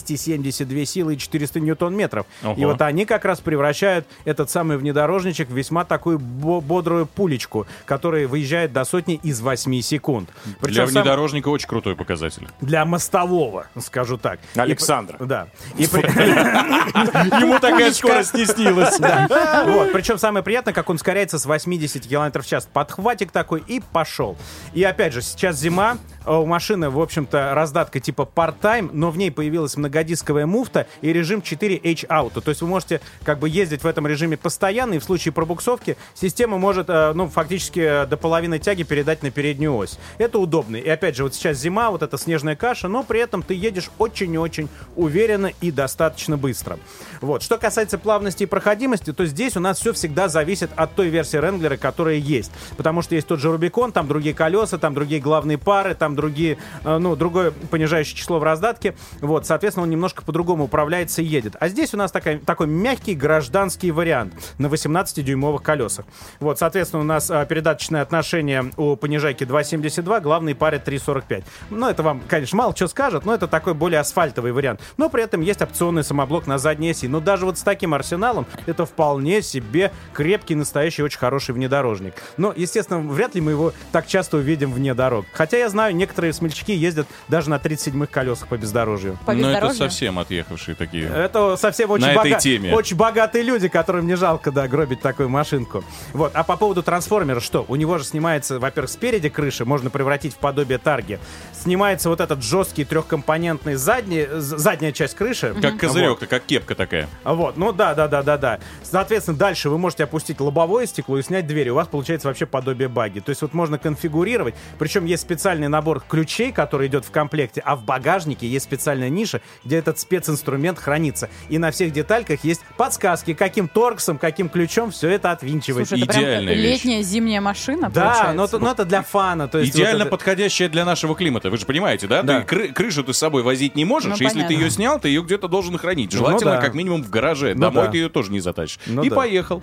S14: 272 силы и 400 ньютон-метров. И
S7: Ого.
S14: вот они как раз превращают этот самый внедорожничек в весьма такую бо- бодрую пулечку, которая выезжает до сотни из 8 секунд.
S7: Для
S14: Причем сам-
S7: внедорожника очень крутой показатель.
S14: для мостового, скажу так.
S7: Александра.
S14: И при- да. И при-
S7: Ему такая
S14: Умничка.
S7: скорость не снилась.
S14: Да. Вот. Причем самое приятное, как он ускоряется с 80 км в час. Подхватик такой и пошел. И опять же, сейчас зима, а у машины, в общем-то, раздатка типа part-time, но в ней появилась многодисковая муфта и режим 4H Auto. То есть вы можете как бы ездить в этом режиме постоянно, и в случае пробуксовки система может, э, ну, фактически э, до половины тяги передать на переднюю ось. Это удобно. И опять же, вот сейчас зима, вот эта снежная каша, но при этом ты едешь очень и очень уверенно и достаточно быстро. Вот. Что касается плавности и проходимости, то здесь у нас все всегда зависит от той версии Ренглера, которая есть. Потому что есть тот же Рубикон, там другие колеса, там другие главные пары, там другие, э, ну, другое понижающее число в раздатке. Вот, соответственно, он немножко по-другому управляется и едет. А здесь у нас такая, такой мягкий гражданский вариант на 18-дюймовых колесах. Вот, соответственно, у нас э, передаточное отношение у понижайки 2.72, главной паре 3.45. Ну, это вам, конечно, мало что скажет, но это такой более асфальтовый вариант. Но при этом есть опционный самоблок на задней оси. Но даже вот с таким арсеналом это вполне себе крепкий, настоящий, очень хороший внедорожник. Но, естественно, вряд ли мы его так часто увидим вне дорог. Хотя я знаю, некоторые смельчаки ездят даже на 37-х колесах по бездорожью.
S7: Но это совсем отъехавшие такие.
S14: Это совсем очень
S7: На этой
S14: бога-
S7: теме.
S3: Ламборгини.
S14: Очень богатые люди, которым не жалко, да, гробить такую машинку. Вот. А по поводу трансформера, что? У него же снимается, во-первых, спереди крыша, можно превратить в подобие тарги. Снимается вот этот жесткий трехкомпонентный задний, з- задняя часть крыши.
S3: Как
S14: Вот.
S3: козырек-то, как кепка такая.
S14: Вот, ну да, да, да, да, да. Соответственно, дальше вы можете опустить лобовое стекло и снять дверь. У вас получается вообще подобие баги. То есть вот можно конфигурировать. Причем есть специальный набор ключей, который идет в комплекте, а в багажнике есть специальная ниша, где этот специнструмент хранится. И на всех детальках есть подсказки, каким торксом, каким ключом все это отвинчивается.
S4: А, Слушай, это прям летняя зимняя машина,
S14: Да,
S4: получается.
S14: но, это- но это для фана. То есть
S3: Идеально
S14: вот это-
S3: подходящая для нашего климата. Вы же понимаете, да?
S14: Да.
S3: Ты кры- крышу ты с собой возить не можешь.
S4: Ну,
S3: Если ты
S4: понятно.
S3: ее снял, ты ее где-то должен хранить.
S14: Ну
S3: Желательно,
S14: да.
S3: как минимум, в гараже.
S14: Ну
S3: Домой
S14: да.
S3: ты ее тоже не затащишь.
S14: Ну
S3: и
S14: да.
S3: поехал.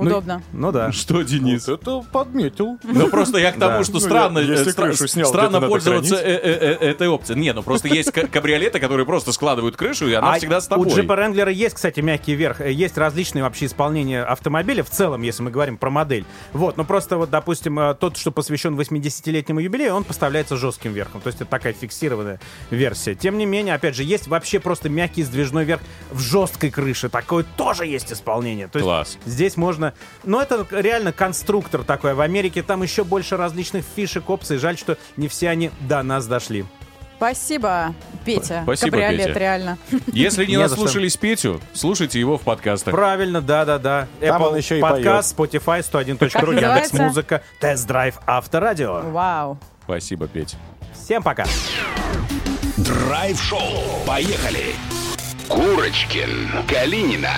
S4: Удобно.
S14: Ну да.
S3: Что, Денис?
S2: это подметил.
S3: Ну просто я к тому, что
S2: Ну,
S3: странно,
S2: я- если
S3: э, стра-
S2: крышу снял,
S3: странно
S2: где-то надо
S3: пользоваться
S2: хранить.
S3: э- э- э- этой опцией. Не, ну просто есть ка- кабриолеты, которые просто складывают крышу, и она
S14: А
S3: всегда
S14: У
S3: с тобой.
S14: джипа Ренглера есть, кстати, мягкий верх. Э, Есть различные вообще исполнения автомобиля в целом, если мы говорим про модель. Вот, но просто вот, допустим, э, тот, что посвящен 80-летнему юбилею, он поставляется жестким верхом. То есть это такая фиксированная версия. Тем не менее, опять же, есть вообще просто мягкий сдвижной верх в жесткой крыше. Такое тоже есть исполнение. То есть
S3: Класс.
S14: Здесь можно... Но это реально конструктор такой. А В Америке там еще больше различных фишек, опций. Жаль, что не все они до нас дошли.
S4: Спасибо, Петя.
S3: Спасибо,
S4: Кабриолет,
S3: Петя.
S4: реально.
S3: Если не
S14: Не за
S3: наслушались Петю, слушайте его в подкастах.
S14: Правильно, да-да-да.
S3: Там
S14: Apple
S3: он еще и
S14: подкаст, Spotify, 101.ру,
S4: Как называется?
S14: Яндекс.Музыка, Тест-драйв, Авторадио.
S4: Вау.
S3: Спасибо, Петя.
S14: Всем пока.
S5: Драйв-шоу. Поехали. Курочкин, Калинина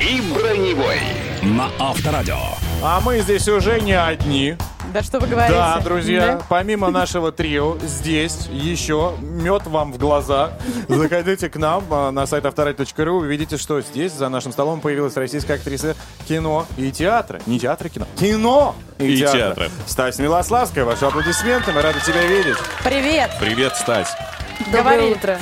S5: и Броневой на Авторадио.
S2: А мы здесь уже не одни.
S4: Да что вы говорите?
S2: Да, друзья,
S4: Да?
S2: помимо нашего трио, здесь еще мед вам в глаза. Заходите к нам а, на сайт авторадио.ру, вы видите, что здесь за нашим столом появилась российская актриса кино и театра. Не театра, кино. Кино и,
S3: И
S2: театра.
S3: театра.
S2: Стась Милославская, ваши аплодисменты, мы рады тебя видеть.
S4: Привет.
S3: Привет, Стась.
S15: Доброе утро.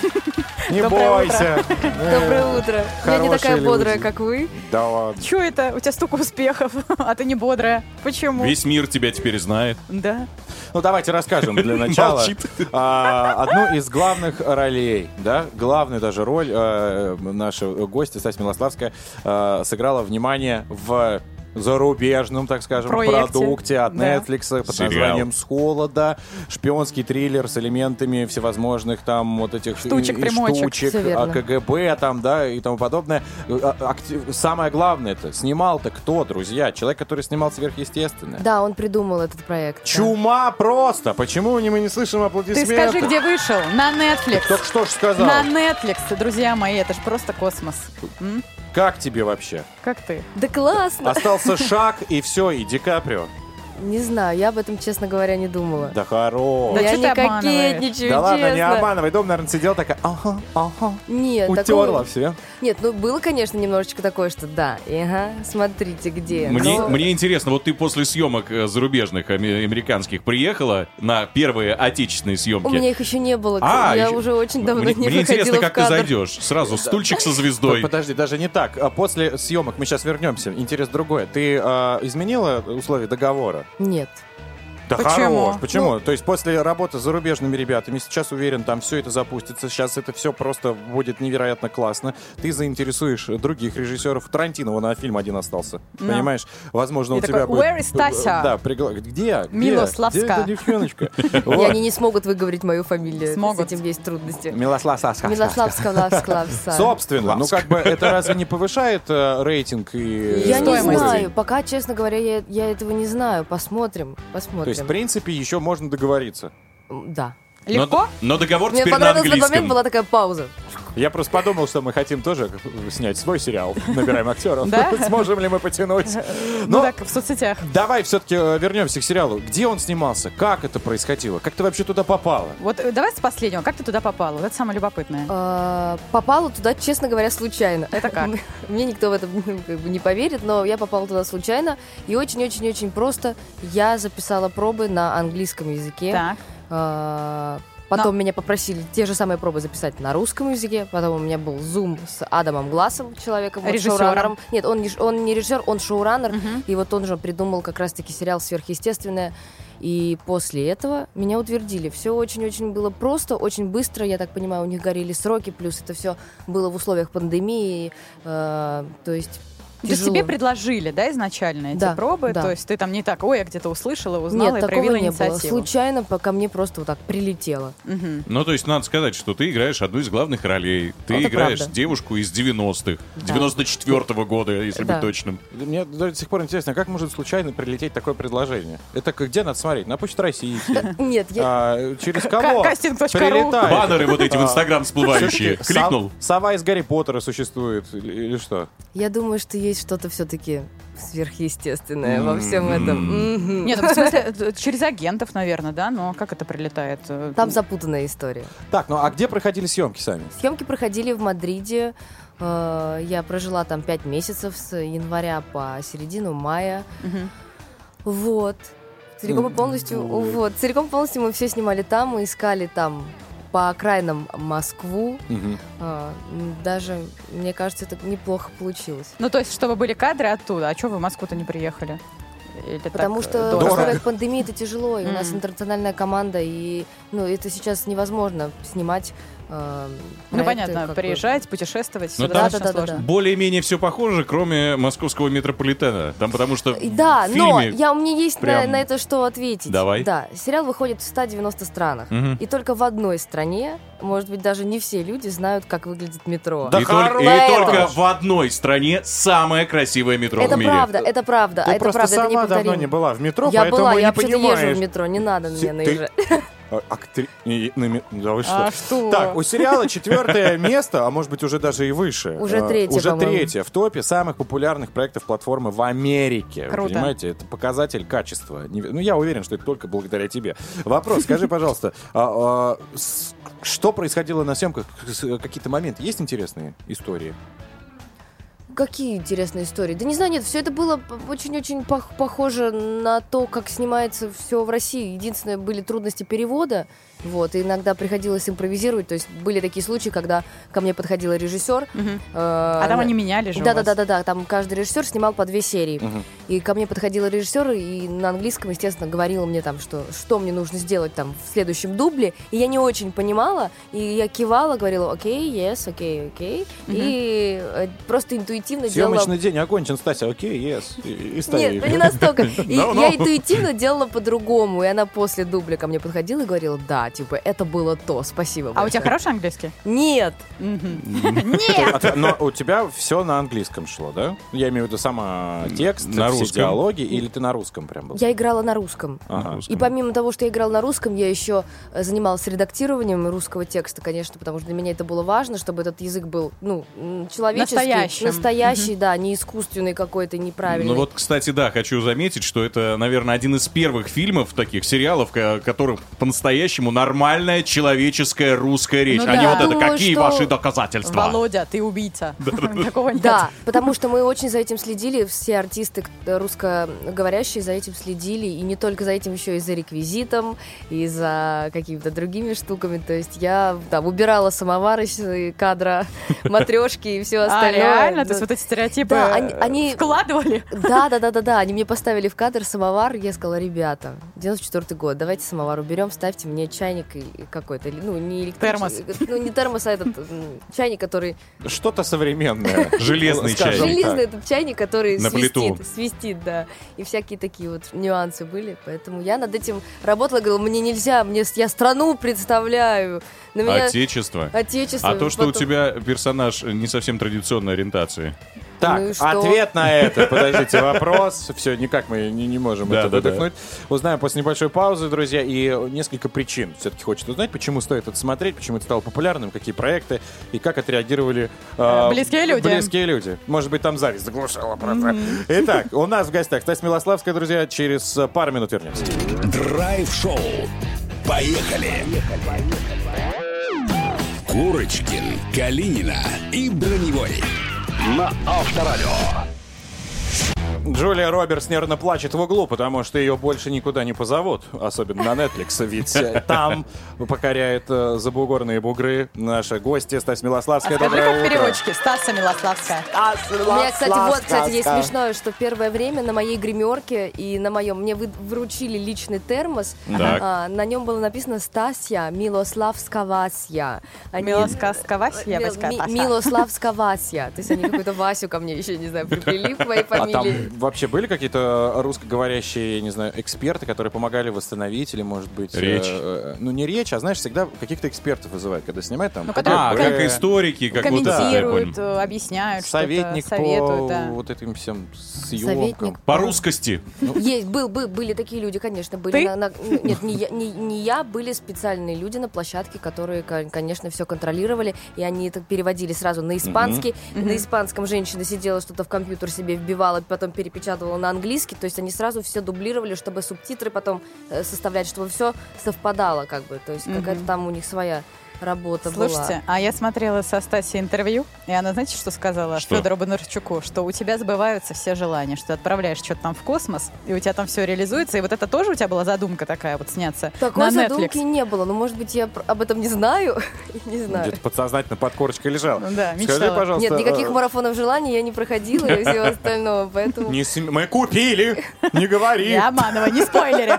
S2: Не
S15: Доброе
S2: бойся.
S15: утро. Доброе утро. Я не
S2: Э, хорошие
S15: такая
S2: люди.
S15: бодрая, как вы.
S2: Да ладно.
S4: Чё это? У тебя столько успехов, а ты не бодрая. Почему?
S3: Весь мир тебя теперь знает.
S4: Да.
S2: Ну, давайте расскажем для начала
S3: Молчит.
S2: а, одну из главных ролей, да, главную даже роль э, наша гостья Стась Милославская э, сыграла, внимание, в зарубежном, так скажем,
S3: Проекте.
S2: продукте от
S3: Да.
S2: Netflix под
S3: Сериал.
S2: названием «С холода». Шпионский триллер с элементами всевозможных там вот этих
S4: Штучек,
S2: и- и
S4: примочек.
S2: штучек,
S4: Всё верно.
S2: а, КГБ там, да, и тому подобное. А, актив- Самое главное это снимал-то кто, друзья? Человек, который снимал «Сверхъестественное».
S15: Да, он придумал этот проект.
S2: Чума просто! Почему не- мы не слышим
S4: Ты
S2: аплодисментов?
S4: скажи, где вышел? На Netflix.
S2: Только что ж сказал.
S4: На Netflix, друзья мои, это же просто космос. М?
S2: Как тебе вообще?
S4: Как ты?
S15: Да классно.
S2: Остался шаг и все, и Ди Каприо.
S15: Не знаю, я об этом, честно говоря, не думала.
S2: Да хорош.
S15: я
S4: чё ты
S15: не
S4: обманываешь?
S15: кокетничаю,
S2: Да ладно, не
S15: честно.
S2: обманывай. Дом, наверное, сидел такая, ага, ага.
S15: Нет, такого-
S2: Утерла все.
S15: Нет, ну было, конечно, немножечко такое, что да, и ага, смотрите, где.
S3: Мне,
S15: Но-
S3: мне интересно, вот ты после съемок э, зарубежных, аме- американских, приехала на первые отечественные съемки.
S15: У меня их еще не было.
S3: А,
S15: я
S3: еще-
S15: уже очень давно
S3: мне,
S15: не
S3: мне
S15: выходила
S3: интересно,
S15: в
S3: как ты
S15: кадр.
S3: зайдешь. Сразу стульчик со звездой.
S2: Подожди, даже не так. А После съемок мы сейчас вернемся. Интерес другое. Ты а, изменила условия договора?
S15: Нет.
S2: Да
S15: Почему?
S2: хорош, почему?
S15: Ну-
S2: То есть после работы с зарубежными ребятами, сейчас уверен, там все это запустится, сейчас это все просто будет невероятно классно. Ты заинтересуешь других режиссеров. Тарантино, вон, на фильм один остался,
S15: Ну.
S4: Да.
S2: понимаешь? Возможно,
S4: И
S2: у тебя
S4: такой,
S2: будет...
S4: «Where is Тася?»
S2: Да, пригла- Где? Где?
S4: Милославска.
S2: Где эта девчоночка?
S15: И
S2: Вот.
S15: они не смогут выговорить мою фамилию.
S4: Смогут.
S15: С этим есть трудности.
S2: Милославска.
S15: Милославска, Лавсклавса.
S2: Собственно, ну как бы это разве не повышает э, рейтинг и
S15: Я не
S2: стоимость?
S15: знаю. Пока, честно говоря, я, я этого не знаю. Посмотрим. Посмотрим.
S2: То есть, в принципе, еще можно договориться.
S15: Да.
S3: Но- Но, договор
S15: Мне
S3: теперь на
S15: понравился этот момент,
S3: английском.
S15: была такая пауза.
S2: Я просто подумал, что мы хотим тоже снять свой сериал. Набираем актеров.
S4: Да?
S2: Сможем ли мы потянуть?
S4: Ну
S15: э,
S2: Но
S4: так, в соцсетях.
S2: давай все-таки вернемся к сериалу. Где он снимался? Как это происходило? Как ты вообще туда попала?
S4: Вот э, давай с последнего. Как ты туда попала? Вот это самое любопытное.
S15: А, попала туда, честно говоря, случайно.
S4: Это как?
S15: Мне никто в этом ну, как бы не поверит, но я попала туда случайно. И очень-очень-очень просто я записала пробы на английском языке.
S4: Так.
S15: А, Потом меня попросили те же самые пробы записать на русском языке. Потом у меня был зум с Адамом Гласом, человеком, вот,
S4: Режиссером.
S15: шоураннером. Нет, он не, ш- он не режиссер, он шоураннер. И вот он же придумал как раз-таки сериал «Сверхъестественное». И после этого меня утвердили. Все очень-очень было просто, очень быстро. Я так понимаю, у них горели сроки, плюс это все было в условиях пандемии. э, то есть
S4: То есть
S15: тяжело.
S4: тебе предложили, да, изначально эти
S15: Да,
S4: пробы?
S15: да.
S4: То есть ты там не так, ой, я где-то услышала, узнала
S15: Нет,
S4: и
S15: такого
S4: проявила
S15: не было.
S4: инициативу.
S15: Случайно по- ко мне просто вот так прилетело.
S3: Ну, то есть, надо сказать, что ты играешь одну из главных ролей. Ты
S15: Это
S3: играешь
S15: правда.
S3: девушку из 90-х,
S15: Да.
S3: 94-го года, если
S15: Да.
S3: быть точным.
S2: Мне до сих пор интересно, как может случайно прилететь такое предложение? Это к- где надо смотреть? На Почту России? идти?
S15: Нет, я...
S2: А, через кого?
S15: Кастинг.ру.
S2: Прилетает.
S3: Баннеры вот эти в
S2: А,
S3: Инстаграм всплывающие.
S2: всё-таки
S3: Кликнул.
S2: сов- Сова из Гарри Поттера существует или или что?
S15: Я думаю, что есть что-то все-таки сверхъестественное во всем этом. Мгм.
S4: Нет, ну, в смысле, э, через агентов, наверное, да? Но как это прилетает? э,
S15: Там запутанная история.
S2: Так, ну а где проходили съемки сами?
S15: Съемки проходили в Мадриде. Э, Я прожила там пять месяцев с января по середину мая.
S4: Мгм.
S15: Вот. Целиком и полностью, вот, целиком и полностью мы все снимали там, мы искали там по окраинам Москву. Э, м, Даже, мне кажется, это неплохо получилось.
S4: Ну, то есть, чтобы были кадры оттуда, а что вы в Москву-то не приехали? Или так,
S15: Потому
S4: э,
S15: что
S4: дорого?
S15: в условиях пандемии это тяжело, и у нас
S4: Мгм.
S15: интернациональная команда, и ну, это сейчас невозможно снимать. э,
S4: Ну,
S15: проекты, как
S4: понятно,
S15: бы.
S4: приезжать, путешествовать, все
S3: Ну, там
S4: достаточно сложно.
S3: более-менее все похоже, кроме московского метрополитена. Там потому что
S15: И Да,
S3: в
S15: но
S3: фильме-
S15: я, у меня есть на-
S3: прям-
S15: на, это что ответить.
S3: Давай.
S15: Да, сериал выходит в 190 странах.
S3: Мгм.
S15: И только в одной стране, может быть, даже не все люди знают, как выглядит метро.
S3: и, только, и
S15: Поэтому-
S3: только в одной стране самое красивое метро
S15: Это
S3: в мире.
S15: правда, это правда.
S2: Ты
S15: А это
S2: просто
S15: правда, это
S2: сама
S15: неповторимо.
S2: давно не была в метро,
S15: я
S2: поэтому
S15: была,
S2: и
S15: я
S2: не
S15: вообще-то езжу
S2: понимаешь.
S15: в метро, не надо на
S2: Ти-
S15: меня
S2: ты-
S15: наезжать.
S2: А, актри- и- на ми- да вы
S15: А что?
S2: Так, у сериала четвертое место, а может быть уже даже и выше.
S15: Уже
S2: Э,
S15: третье,
S2: Уже
S15: по-моему.
S2: третье в топе самых популярных проектов платформы в Америке. Вы
S15: Круто.
S2: Понимаете, это показатель качества. Не- Ну, я уверен, что это только благодаря тебе. Вопрос, скажи, пожалуйста, а, а, с- что происходило на съемках? С- Какие-то моменты? Есть интересные истории?
S15: Какие интересные истории? Да не знаю, нет, все это было п- очень-очень пох- похоже на то, как снимается все в России. Единственное, были трудности перевода, вот, и иногда приходилось импровизировать, то есть были такие случаи, когда ко мне подходила режиссер.
S4: А там они меняли же у вас.
S15: Да-да-да-да, там каждый режиссер снимал по две серии.
S4: Мгм.
S15: И ко мне подходила режиссер и на английском, естественно, говорила мне там, что, что мне нужно сделать там в следующем дубле. И я не очень понимала, и я кивала, говорила окей, yes, окей, окей. И э, просто интуитивно делала...
S2: Съемочный день окончен, Стася, окей, yes. И, и
S15: Нет,
S2: стоишь.
S15: ну не настолько. И
S2: No,
S15: я
S2: no.
S15: интуитивно делала по-другому. И она после дубля ко мне подходила и говорила, да, типа, это было то, спасибо
S4: А у тебя
S15: большое».
S4: хороший английский?
S15: Нет.
S2: А ты- Но у тебя все на английском шло, да? Я имею в виду сама текст,
S3: На
S2: все
S3: русском.
S2: диалоги, или ты на русском прям был?
S15: Я играла на русском.
S2: Ага.
S15: И помимо того, что я играла на русском, я еще э, занималась редактированием русского текста, конечно, потому что для меня это было важно, чтобы этот язык был, ну, м, человеческий.
S4: Настоящим.
S15: Настоящий, да, не искусственный какой-то, неправильный.
S3: Ну вот, кстати, да, хочу заметить, что это, наверное, один из первых фильмов, таких сериалов, ко- которых по-настоящему нормальная человеческая русская речь.
S4: Ну
S3: а не
S4: да.
S3: вот это,
S4: Думаю,
S3: какие
S4: что
S3: ваши доказательства?
S4: Володя, ты убийца. Такого нет.
S15: Да, потому что мы очень за этим следили, все артисты э, русскоговорящие за этим следили, и не только за этим, еще и за реквизитом, и за какими-то другими штуками. То есть я там убирала самовары из э, кадра, матрешки и все
S4: А,
S15: остальное.
S4: реально?
S15: Да.
S4: То есть вот эти стереотипы э,
S15: Да, они- они-
S4: вкладывали?
S15: Да, да, да, да, да. Они мне поставили в кадр самовар. Я сказала, ребята, 94 год, давайте самовар уберем, ставьте мне чайник и- и какой-то, ну, не электрический.
S2: Термос.
S15: Ну, не термос, а этот м, чайник, который...
S2: Что-то современное.
S3: Железный
S2: Скажем
S3: чайник.
S15: Железный
S2: так.
S15: этот чайник, который
S3: На
S15: свистит,
S3: плиту.
S15: свистит, да. И всякие такие вот нюансы были. Поэтому я над этим работала, говорила, мне нельзя, мне с- я страну представляю.
S4: ну
S15: На меня-
S3: Отечество.
S15: Отечество.
S3: А то, что у
S15: Потом-
S3: тебя персонаж не совсем традиционной ориентации.
S2: Так,
S15: Ну и что?
S2: ответ на это, подождите, вопрос. Все, никак мы не, не можем
S3: Да,
S2: это
S3: да, да.
S2: выдохнуть. Узнаем после небольшой паузы, друзья, и несколько причин все-таки хочет узнать, почему стоит это смотреть, почему это стало популярным, какие проекты, и как отреагировали... э,
S4: Близкие люди.
S2: Близкие люди. Может быть, там зависть заглушала просто.
S4: Мгм.
S2: Итак, у нас в гостях Стась Милославская, друзья, через э, пару минут вернемся.
S10: Драйв-шоу. Поехали! Курочкин, Калинина и Броневой. На Авторадио.
S2: Джулия Робертс нервно плачет в углу, потому что ее больше никуда не позовут, особенно на Netflix, ведь э, там покоряет э, забугорные бугры наша гостья Стась Милославская.
S4: А Скажи,
S2: Доброе
S4: как в
S2: утро.
S4: переводчике. Стаса Милославская.
S15: У меня, кстати, вот, кстати, есть
S2: сказка.
S15: смешное, что первое время на моей гримерке и на моем мне вы- вручили личный термос.
S4: Так.
S15: А, на нем было написано Стасья Милославскавасья.
S4: Милославскавасья, Васька, Тася.
S15: Милославскавасья. То есть они какую-то Васю ко мне еще, не знаю, приплели к моей
S2: А там
S15: фамилии.
S2: вообще были какие-то русскоговорящие, я не знаю, эксперты, которые помогали восстановить или, может быть... э,
S3: Речь.
S2: э, ну, не речь, а, знаешь, всегда каких-то экспертов вызывают, когда снимают там...
S4: Ну, которые
S3: А, как историки, как вот это, я понял.
S4: комментируют, э, объясняют,
S2: Советник
S4: что-то советуют.
S2: по
S4: да.
S2: вот этим всем съемкам.
S15: Советник.
S3: По русскости.
S15: Есть, был, был, были такие люди, конечно, были.
S4: Ты?
S15: На- на- нет, не я, не- не я, были специальные люди на площадке, которые, кон- конечно, все контролировали, и они это переводили сразу на испанский.
S4: Мгм.
S15: На
S4: Мгм.
S15: испанском женщина сидела, что-то в компьютер себе вбивала, потом перепечатывала на английский, то есть они сразу все дублировали, чтобы субтитры потом э, составлять, чтобы все совпадало, как бы, то есть
S4: Мгм.
S15: какая-то там у них своя работа была.
S4: Слушайте, а я смотрела со Стасей интервью, и она, знаете, что сказала
S15: Что?
S4: Федору Бондарчуку? Что у тебя сбываются все желания, что ты отправляешь что-то там в космос, и у тебя там все реализуется. И вот это тоже у тебя была задумка такая вот сняться
S15: Такой
S4: на
S15: задумки
S4: Netflix?
S15: не было, но, может быть, я пр- об этом не знаю, не знаю.
S2: Где-то подсознательно под корочкой лежал.
S15: Ну да,
S2: Скажи, пожалуйста...
S15: Нет, никаких
S2: э,
S15: марафонов желаний я не проходила и всего остального, поэтому...
S2: не см- Мы купили! Не говори!
S4: Я обманываю, не спойлери.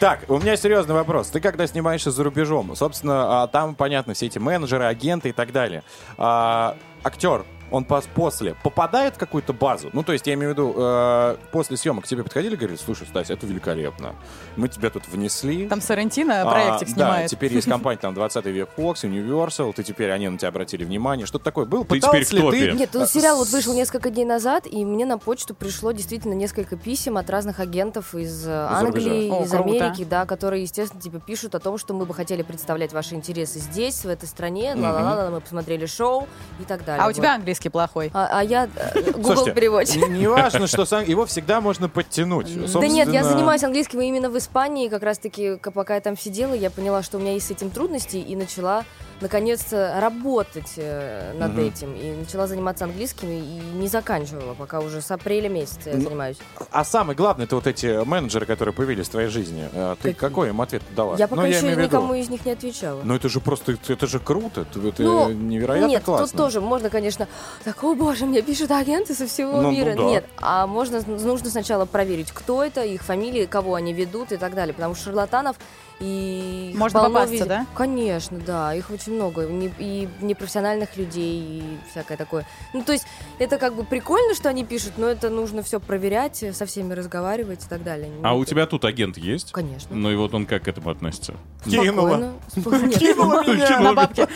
S2: Так, у меня серьезный вопрос. Ты когда снимаешься за рубежом, собственно, а, там, понятно, все эти менеджеры, агенты и так далее. А, актер, он пос- после попадает в какую-то базу? Ну, то есть, я имею в виду, э, после съемок к тебе подходили и говорили, слушай, Стась, это великолепно. Мы тебя тут внесли.
S4: Там Сарантино проектик
S2: А, Да,
S4: снимает.
S2: теперь есть компания, там, 20 век Fox, Universal, ты теперь, они на тебя обратили внимание. Что-то такое было?
S3: Ты
S2: Пыталась
S3: теперь в
S2: ли ты,
S3: топе.
S15: Нет, ну,
S2: э,
S15: сериал вот вышел несколько дней назад, и мне на почту пришло действительно несколько писем от разных агентов из э, Англии,
S4: рубежа. О,
S15: из
S4: круто.
S15: Америки, да, которые, естественно, тебе пишут о том, что мы бы хотели представлять ваши интересы здесь, в этой стране,
S4: Мгм.
S15: ла-ла-ла, мы посмотрели шоу и так далее.
S4: А у
S15: Вот.
S4: тебя английский плохой.
S15: А, а я э, Google
S2: Слушайте,
S15: переводчик.
S2: н- Не важно, что сам- его всегда можно подтянуть.
S15: Да нет, я
S2: Ну, Собственно,
S15: занимаюсь английским именно в Испании, как раз-таки, к- пока я там сидела, я поняла, что у меня есть с этим трудности, и начала, наконец-то, работать э, над
S2: Мгм.
S15: этим, и начала заниматься английским, и не заканчивала, пока уже с апреля месяца я
S2: Ну,
S15: занимаюсь.
S2: А самое главное, это вот эти менеджеры, которые появились в твоей жизни. Э, Ты какой им ответ дала?
S15: Я пока
S2: Ну,
S15: еще
S2: имею в виду-
S15: никому из них не отвечала.
S2: Ну это же просто, это же круто, это это
S15: Ну,
S2: невероятно
S15: Нет,
S2: классно.
S15: тут тоже можно, конечно, так, о боже, мне пишут агенты со всего
S2: Ну, ну
S15: мира.
S2: да.
S15: Нет, а можно, нужно сначала проверить, кто это, их фамилии, кого они ведут и так далее, потому что шарлатанов и... их
S4: Можно
S15: полно
S4: попасться,
S15: везде.
S4: да?
S15: Конечно, да, их очень много, и не- и непрофессиональных людей, и всякое такое. Ну, то есть, это как бы прикольно, что они пишут, но это нужно все проверять, со всеми разговаривать и так далее.
S3: А
S15: Ну,
S3: у тебя тут агент есть?
S15: Конечно.
S3: Ну и вот он как к этому относится?
S15: Кинула.
S2: А
S15: спокойно.
S4: На бабки.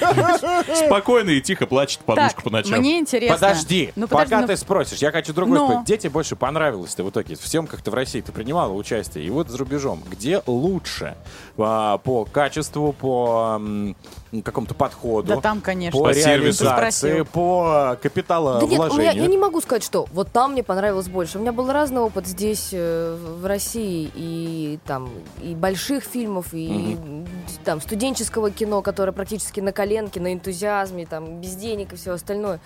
S3: Спокойно и тихо плачет подушка
S4: Так,
S3: по ночам.
S4: мне интересно.
S2: Подожди,
S4: Ну, подожди,
S2: пока
S4: ну-
S2: ты спросишь, я хочу другой
S4: Но.
S2: спросить. Где тебе больше понравилось ты в итоге? В съемках-то в России ты принимала участие, и вот за рубежом. Где лучше? А, по качеству, по м, какому-то подходу?
S4: Да там, конечно.
S2: По
S4: По сервису.
S2: реализации,
S4: Спросил.
S2: по А,
S15: Да нет, у меня, я
S2: капиталовложению.
S15: не могу сказать, что вот там мне понравилось больше. У меня был разный опыт здесь, э, в России, и там и больших фильмов, и там студенческого кино, которое практически на коленке, на энтузиазме, там без денег и все остальное.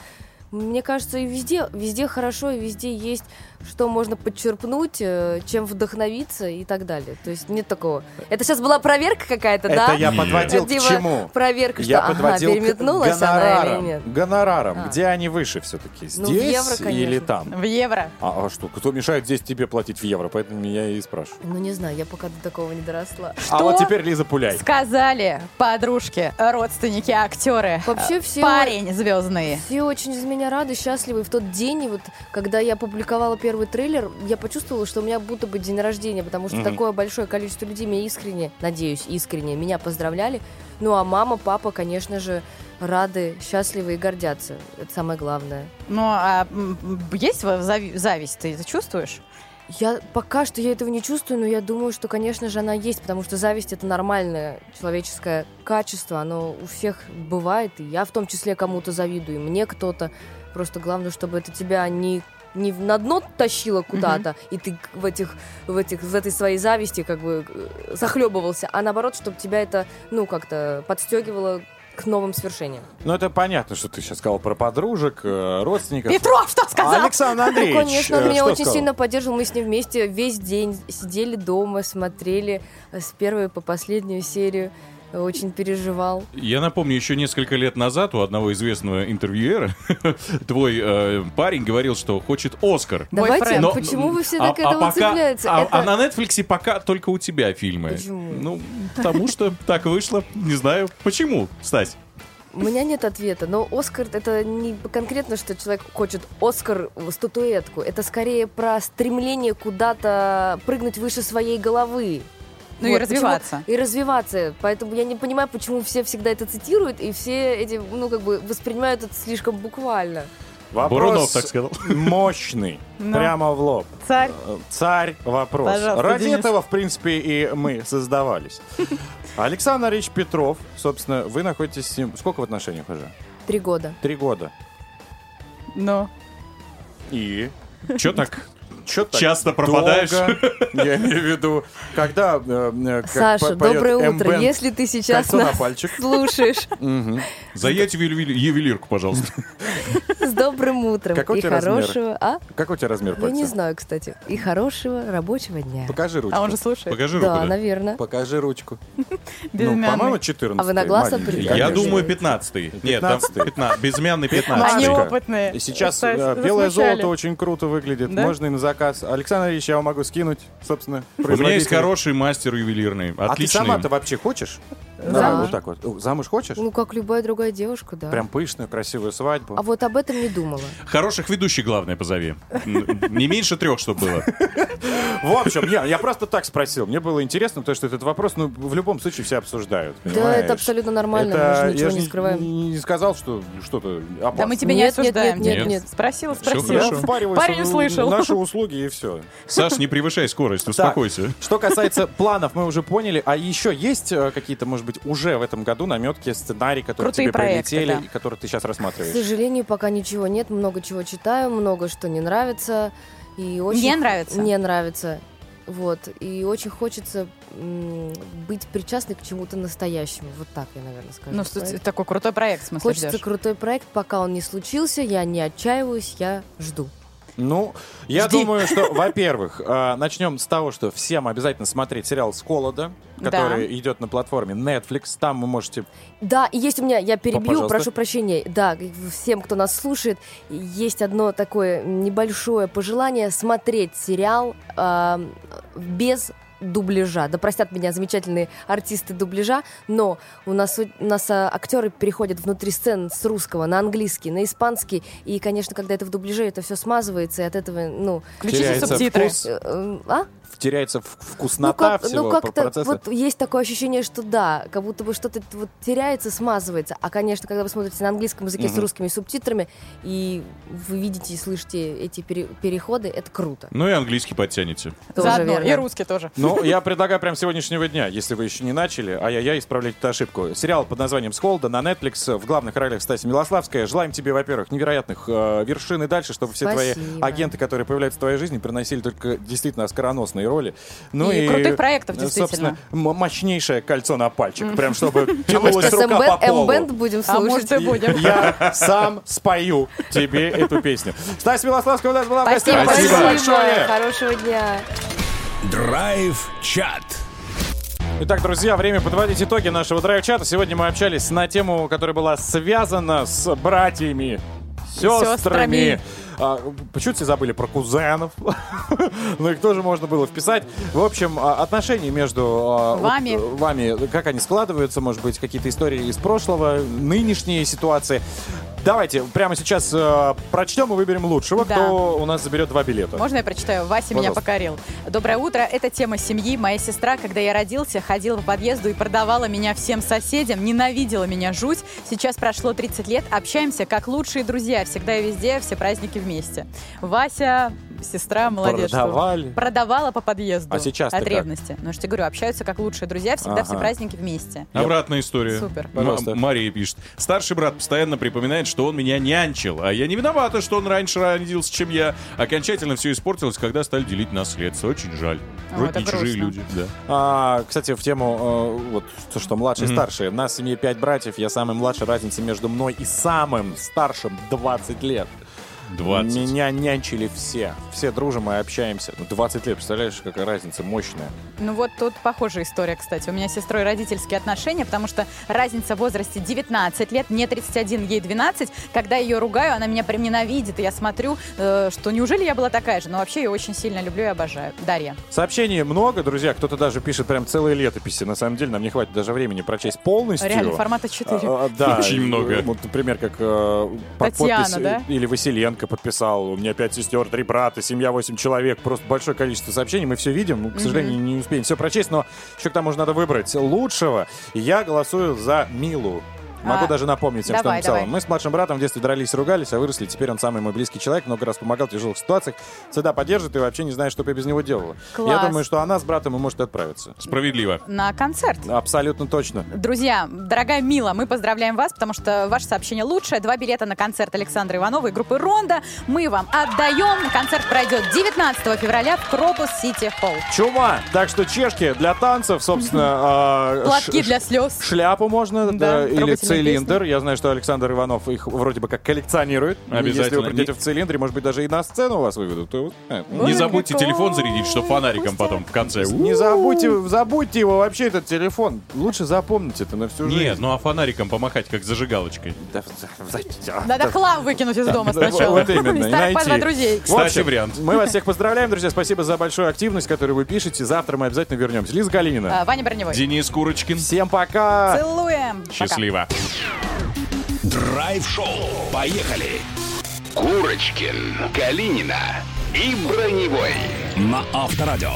S15: Мне кажется, и везде, везде хорошо, и везде есть, что можно подчерпнуть, э, чем вдохновиться и так далее. То есть нет такого. Это сейчас была проверка какая-то,
S2: Это
S15: да?
S2: я подводил к
S15: Типа
S2: чему?
S15: Проверка, что
S2: Я
S15: ага,
S2: подводил к
S15: переметнулась она или
S2: гонорарам.
S15: нет.
S2: Гонорарам.
S15: А.
S2: Где они выше все-таки?
S15: Ну,
S2: Здесь
S15: в евро, конечно.
S2: или там?
S4: В евро.
S2: А, а что, кто мешает здесь тебе платить в евро? Поэтому я и спрашиваю.
S15: Ну, не знаю, я пока до такого не доросла.
S2: А вот теперь Лиза Пуляй.
S4: Сказали подружки, родственники, актеры. Э,
S15: Вообще все-
S4: Парень звездный.
S15: Все очень из меня рады, счастливы. И в тот день, и вот, когда я публиковала первый трейлер, я почувствовала, что у меня будто бы день рождения, потому что
S4: Мгм.
S15: такое большое количество людей меня искренне, надеюсь, искренне меня поздравляли. Ну, а мама, папа, конечно же, рады, счастливы и гордятся. Это самое главное.
S4: Ну, а м, м, есть во- зави- зависть, ты это чувствуешь?
S15: Я пока что я этого не чувствую, но я думаю, что, конечно же, она есть, потому что зависть это нормальное человеческое качество, оно у всех бывает, и я в том числе кому-то завидую, и мне кто-то. Просто главное, чтобы это тебя не не в- на дно тащило куда-то, и ты к- в этих, в этих, в этой своей зависти как бы э, захлебывался, а наоборот, чтобы тебя это, ну, как-то подстегивало к новым свершениям.
S2: Ну, это понятно, что ты сейчас сказал про подружек, э, родственников.
S15: Петров что сказал?
S2: А Александр Андреевич.
S15: Ну, конечно, он
S2: э,
S15: меня
S2: что
S15: очень
S2: сказал?
S15: сильно поддерживал. Мы с ним вместе весь день сидели дома, смотрели э, с первой по последнюю серию. Э, Очень переживал.
S7: Я напомню, еще несколько лет назад у одного известного интервьюера твой э, парень говорил, что хочет Оскар.
S15: Давайте,
S7: Но-
S15: почему вы все
S7: а-
S15: так к
S7: а
S15: этому
S7: пока-
S15: цепляются?
S7: А,
S15: Это-
S7: а на Нетфликсе пока только у тебя фильмы.
S15: Почему?
S7: Ну, потому что так вышло. Не знаю. Почему, Стась?
S15: У меня нет ответа, но Оскар это не конкретно, что человек хочет Оскар в статуэтку. Это скорее про стремление куда-то прыгнуть выше своей головы.
S4: Ну и
S15: почему-
S4: развиваться.
S15: и развиваться. Поэтому я не понимаю, почему все всегда это цитируют, и все эти, ну, как бы, воспринимают это слишком буквально.
S2: Вопрос
S7: Бурунов так сказал.
S2: мощный.
S15: Ну.
S2: Прямо в лоб.
S15: Царь.
S2: Э, Царь вопрос.
S15: Пожалуйста,
S2: Ради
S15: Денис.
S2: этого, в принципе, и мы создавались. Александр Ильич Петров, собственно, вы находитесь с ним... Сколько в отношениях уже?
S15: Три года.
S2: Три года.
S4: Но.
S2: И?
S7: Че так?
S2: Че так
S7: Часто пропадаешь?
S2: долго? Я имею в виду, когда... э, э, как
S15: Саша,
S2: по- поет
S15: доброе утро.
S2: М-бэнд
S15: Если ты сейчас
S2: «Кольцо на
S15: нас
S2: пальчик».
S15: слушаешь,
S7: Заедь в ювели- ювелирку, пожалуйста.
S15: с добрым утром
S2: Какой
S15: и
S2: у тебя размер?
S15: хорошего... А?
S2: Какой у тебя размер
S15: Я не
S2: пальца?
S15: знаю, кстати. И хорошего рабочего дня.
S2: Покажи ручку.
S15: А он же слушает.
S7: Покажи
S15: Да,
S7: руку.
S15: наверное.
S2: Покажи ручку.
S15: Безымянный.
S2: Ну, по-моему, 14
S15: А вы на глаз определяете?
S7: Я думаю, 15-й. Нет, там 15 безымянный 15
S2: Они
S4: опытные.
S2: И сейчас
S4: Стас,
S2: э, белое
S4: засмущали.
S2: золото очень круто выглядит.
S4: Да?
S2: Можно и на заказ. Александр Ильич, я вам могу скинуть, собственно,
S7: У меня есть
S2: производителя.
S7: хороший мастер ювелирный.
S2: А ты
S7: Отличный.
S2: сама-то вообще хочешь?
S15: Да.
S2: Давай Вот так вот. О, Замуж хочешь?
S15: Ну, как любая другая девушка, да.
S2: Прям пышную, красивую свадьбу.
S15: А вот об этом не думала.
S7: Хороших ведущих, главное, позови. М, Не меньше трех, чтобы было.
S2: В общем, не, я просто так спросил. Мне было интересно, потому что этот вопрос, ну, в любом случае все обсуждают.
S15: Да,
S2: понимаешь?
S15: это абсолютно нормально,
S2: Это-
S15: мы же ничего
S2: я ж
S15: не скрываем.
S2: Не сказал, что что-то опасно.
S4: Да мы тебя не
S15: Нет, нет,
S4: осуждаем.
S15: нет, нет,
S7: нет.
S4: Спросила,
S7: Всё
S4: спросила.
S7: хорошо.
S4: Парень услышал.
S2: Наши услуги и все.
S7: Саш, не превышай скорость,
S2: Так,
S7: успокойся.
S2: Что касается планов, мы уже поняли. А еще есть э, какие-то, может быть, уже в этом году наметки, сценарии, которые
S4: Крутые
S2: тебе
S4: проекты,
S2: прилетели,
S4: да.
S2: и которые ты сейчас
S15: К
S2: рассматриваешь?
S15: сожалению, пока ничего нет, много чего читаю, много что не нравится. И очень...
S4: Не нравится?
S15: Не нравится. Вот. И очень хочется м, быть причастной к чему-то настоящему. Вот так я, наверное, скажу.
S4: Ну, что ты-
S15: Поэтому
S4: такой крутой проект, в смысле,
S15: Хочется
S4: ждёшь?
S15: крутой проект, пока он не случился, я не отчаиваюсь, я жду.
S2: Ну, я
S15: Жди.
S2: думаю, что, во-первых, э, начнем с того, что всем обязательно смотреть сериал «С холода»,
S15: Да.
S2: который идет на платформе Netflix. Там вы можете...
S15: Да, и есть у меня, я перебью,
S2: пожалуйста.
S15: прошу прощения. Да, всем, кто нас слушает, есть одно такое небольшое пожелание смотреть сериал эм, без дубляжа. Да простят меня замечательные артисты дубляжа, но у нас, у у нас а, актеры переходят внутри сцен с русского на английский, на испанский, и, конечно, когда это в дубляже, это все смазывается, и от этого, ну...
S2: Включите Теряется субтитры. вкус.
S15: Э, э, А?
S2: Теряется в- вкуснота всего
S15: ну, как-то
S2: процесса.
S15: вот есть такое ощущение, что да, как будто бы что-то вот теряется, смазывается. А, конечно, когда вы смотрите на английском языке с
S2: Мгм.
S15: русскими субтитрами, и вы видите и слышите эти пере- переходы, это круто.
S7: Ну и английский подтянете.
S15: Тоже
S4: Заодно.
S15: верно.
S4: И русский тоже.
S2: Ну, я предлагаю прямо сегодняшнего дня, если вы еще не начали, а я, я исправлять эту ошибку. Сериал под названием «С холода» на Netflix в главных ролях Стася Милославская. Желаем тебе, во-первых, невероятных э, вершин и дальше, чтобы все твои
S4: Спасибо.
S2: агенты, которые появляются в твоей жизни, приносили только действительно оскароносные роли. Ну
S4: И
S2: и,
S4: крутых проектов,
S2: э, Собственно,
S4: действительно.
S2: м- мощнейшее кольцо на пальчик,
S4: Мгм.
S2: прям чтобы
S15: А мы
S2: тянулась
S15: сейчас
S2: рука по
S15: М-бен-
S2: полу.
S15: М-бенд будем
S4: А
S15: слушать.
S4: может, и будем.
S2: Я сам спою тебе эту песню. Стась Милославская у нас была в
S15: Спасибо,
S2: гостях.
S15: спасибо.
S2: большое.
S15: Хорошего дня.
S10: Драйв-чат.
S2: Итак, друзья, время подводить итоги нашего драйв-чата. Сегодня мы общались на тему, которая была связана с братьями, сестрами.
S4: Сёстрами.
S2: А, почему все забыли про кузенов? ну, их тоже можно было вписать. В общем, а, отношения между а, вот,
S4: Вами.
S2: э, вами, как они складываются, может быть, какие-то истории из прошлого, нынешние ситуации. Давайте прямо сейчас э, прочтем и выберем лучшего,
S4: Да.
S2: кто у нас заберет два билета.
S4: Можно я прочитаю? Вася меня
S2: Пожалуйста.
S4: покорил. Доброе утро. Это тема семьи. Моя сестра, когда я родился, ходила по подъезду и продавала меня всем соседям. Ненавидела меня жуть. Сейчас прошло 30 лет. Общаемся как лучшие друзья. Всегда и везде, все праздники вместе. Вася, сестра, молодец. что
S2: Продавали.
S4: Продавала по подъезду.
S2: А сейчас-то
S4: От
S2: как?
S4: ревности. Ну, я же тебе говорю, общаются как лучшие друзья, всегда все
S3: Ага.
S4: праздники вместе.
S3: Обратная история.
S4: Супер.
S3: М-
S4: Пожалуйста.
S3: Мария пишет. Старший брат постоянно припоминает, что он меня нянчил, а я не виновата, что он раньше родился, чем я. Окончательно все испортилось, когда стали делить наследство. Очень жаль.
S2: О,
S3: Вроде
S2: это
S3: не чужие
S2: грустно.
S3: люди. Да.
S2: А, кстати, в тему э, вот то, что младший и
S3: Мгм.
S2: старший. У нас в семье пять братьев, я самый младший, разница между мной и самым старшим 20 лет.
S3: 20.
S2: Меня нянчили все. Все дружим и общаемся. Ну, 20 лет, представляешь, какая разница мощная.
S4: Ну вот тут похожая история, кстати. У меня с сестрой родительские отношения, потому что разница в возрасте 19 лет, мне 31, ей 12. Когда я ее ругаю, она меня прям ненавидит, и я смотрю, э, что неужели я была такая же? Но вообще я ее очень сильно люблю и обожаю. Дарья.
S2: Сообщений много, друзья. Кто-то даже пишет прям целые летописи. На самом деле нам не хватит даже времени прочесть полностью.
S4: Реально, формата 4.
S2: А, а, да.
S3: Очень много.
S2: Вот, например, как э, под
S4: Татьяна,
S2: подпись, э,
S4: да?
S2: или Василенко подписал. У меня пять сестер, три брата, семья, восемь человек. Просто большое количество сообщений. Мы все видим. Ну, К
S4: Мгм.
S2: сожалению, не успеем все прочесть, но еще к тому же надо выбрать лучшего. И Я голосую за Милу. Могу
S4: А,
S2: даже напомнить им, что
S4: давай,
S2: написала.
S4: давай.
S2: Мы с младшим братом в детстве дрались и ругались, а выросли. Теперь он самый мой близкий человек, много раз помогал в тяжелых ситуациях. Всегда поддержит и вообще не знаю, что бы я без него делала. Я
S4: Класс.
S2: думаю, что она с братом и может отправиться.
S3: Справедливо.
S4: На концерт.
S2: Абсолютно точно.
S4: Друзья, дорогая Мила, мы поздравляем вас, потому что ваше сообщение лучшее. Два билета на концерт Александра Иванова и группы «Ронда» мы вам отдаем. Концерт пройдет 19 февраля в Крокус Сити Холл.
S2: Чума! Так что чешки для танцев, собственно... э,
S4: Платки
S2: ш-
S4: для слез.
S2: Шляпу можно, да,
S4: Да,
S2: или
S4: трогательная
S2: цилиндр. Я знаю, что Александр Иванов их вроде бы как коллекционирует. Если
S3: Обязательно.
S2: вы придете
S3: Не-
S2: в цилиндре, может быть, даже и на сцену вас выведут. то, э,
S3: Не забудьте телефон зарядить, что фонариком потом в конце.
S2: Не забудьте, забудьте его вообще, этот телефон. Лучше запомните это на всю жизнь.
S3: Нет, ну а фонариком помахать, как зажигалочкой.
S4: Надо хлам выкинуть из дома сначала.
S2: Вот именно,
S4: Из
S2: и
S4: старых по два
S2: найти.
S4: друзей.
S2: В общем,
S3: Кстати, вариант.
S2: Мы вас всех поздравляем, друзья. Спасибо за большую активность, которую вы пишете. Завтра мы обязательно вернемся. Лиза
S4: А,
S2: Галинина.
S4: Ваня Броневой.
S3: Денис Курочкин.
S2: Всем пока.
S4: Целуем. Пока.
S3: Счастливо.
S5: Драйв-шоу. Поехали! Курочкин, Калинина и Броневой. На Авторадио.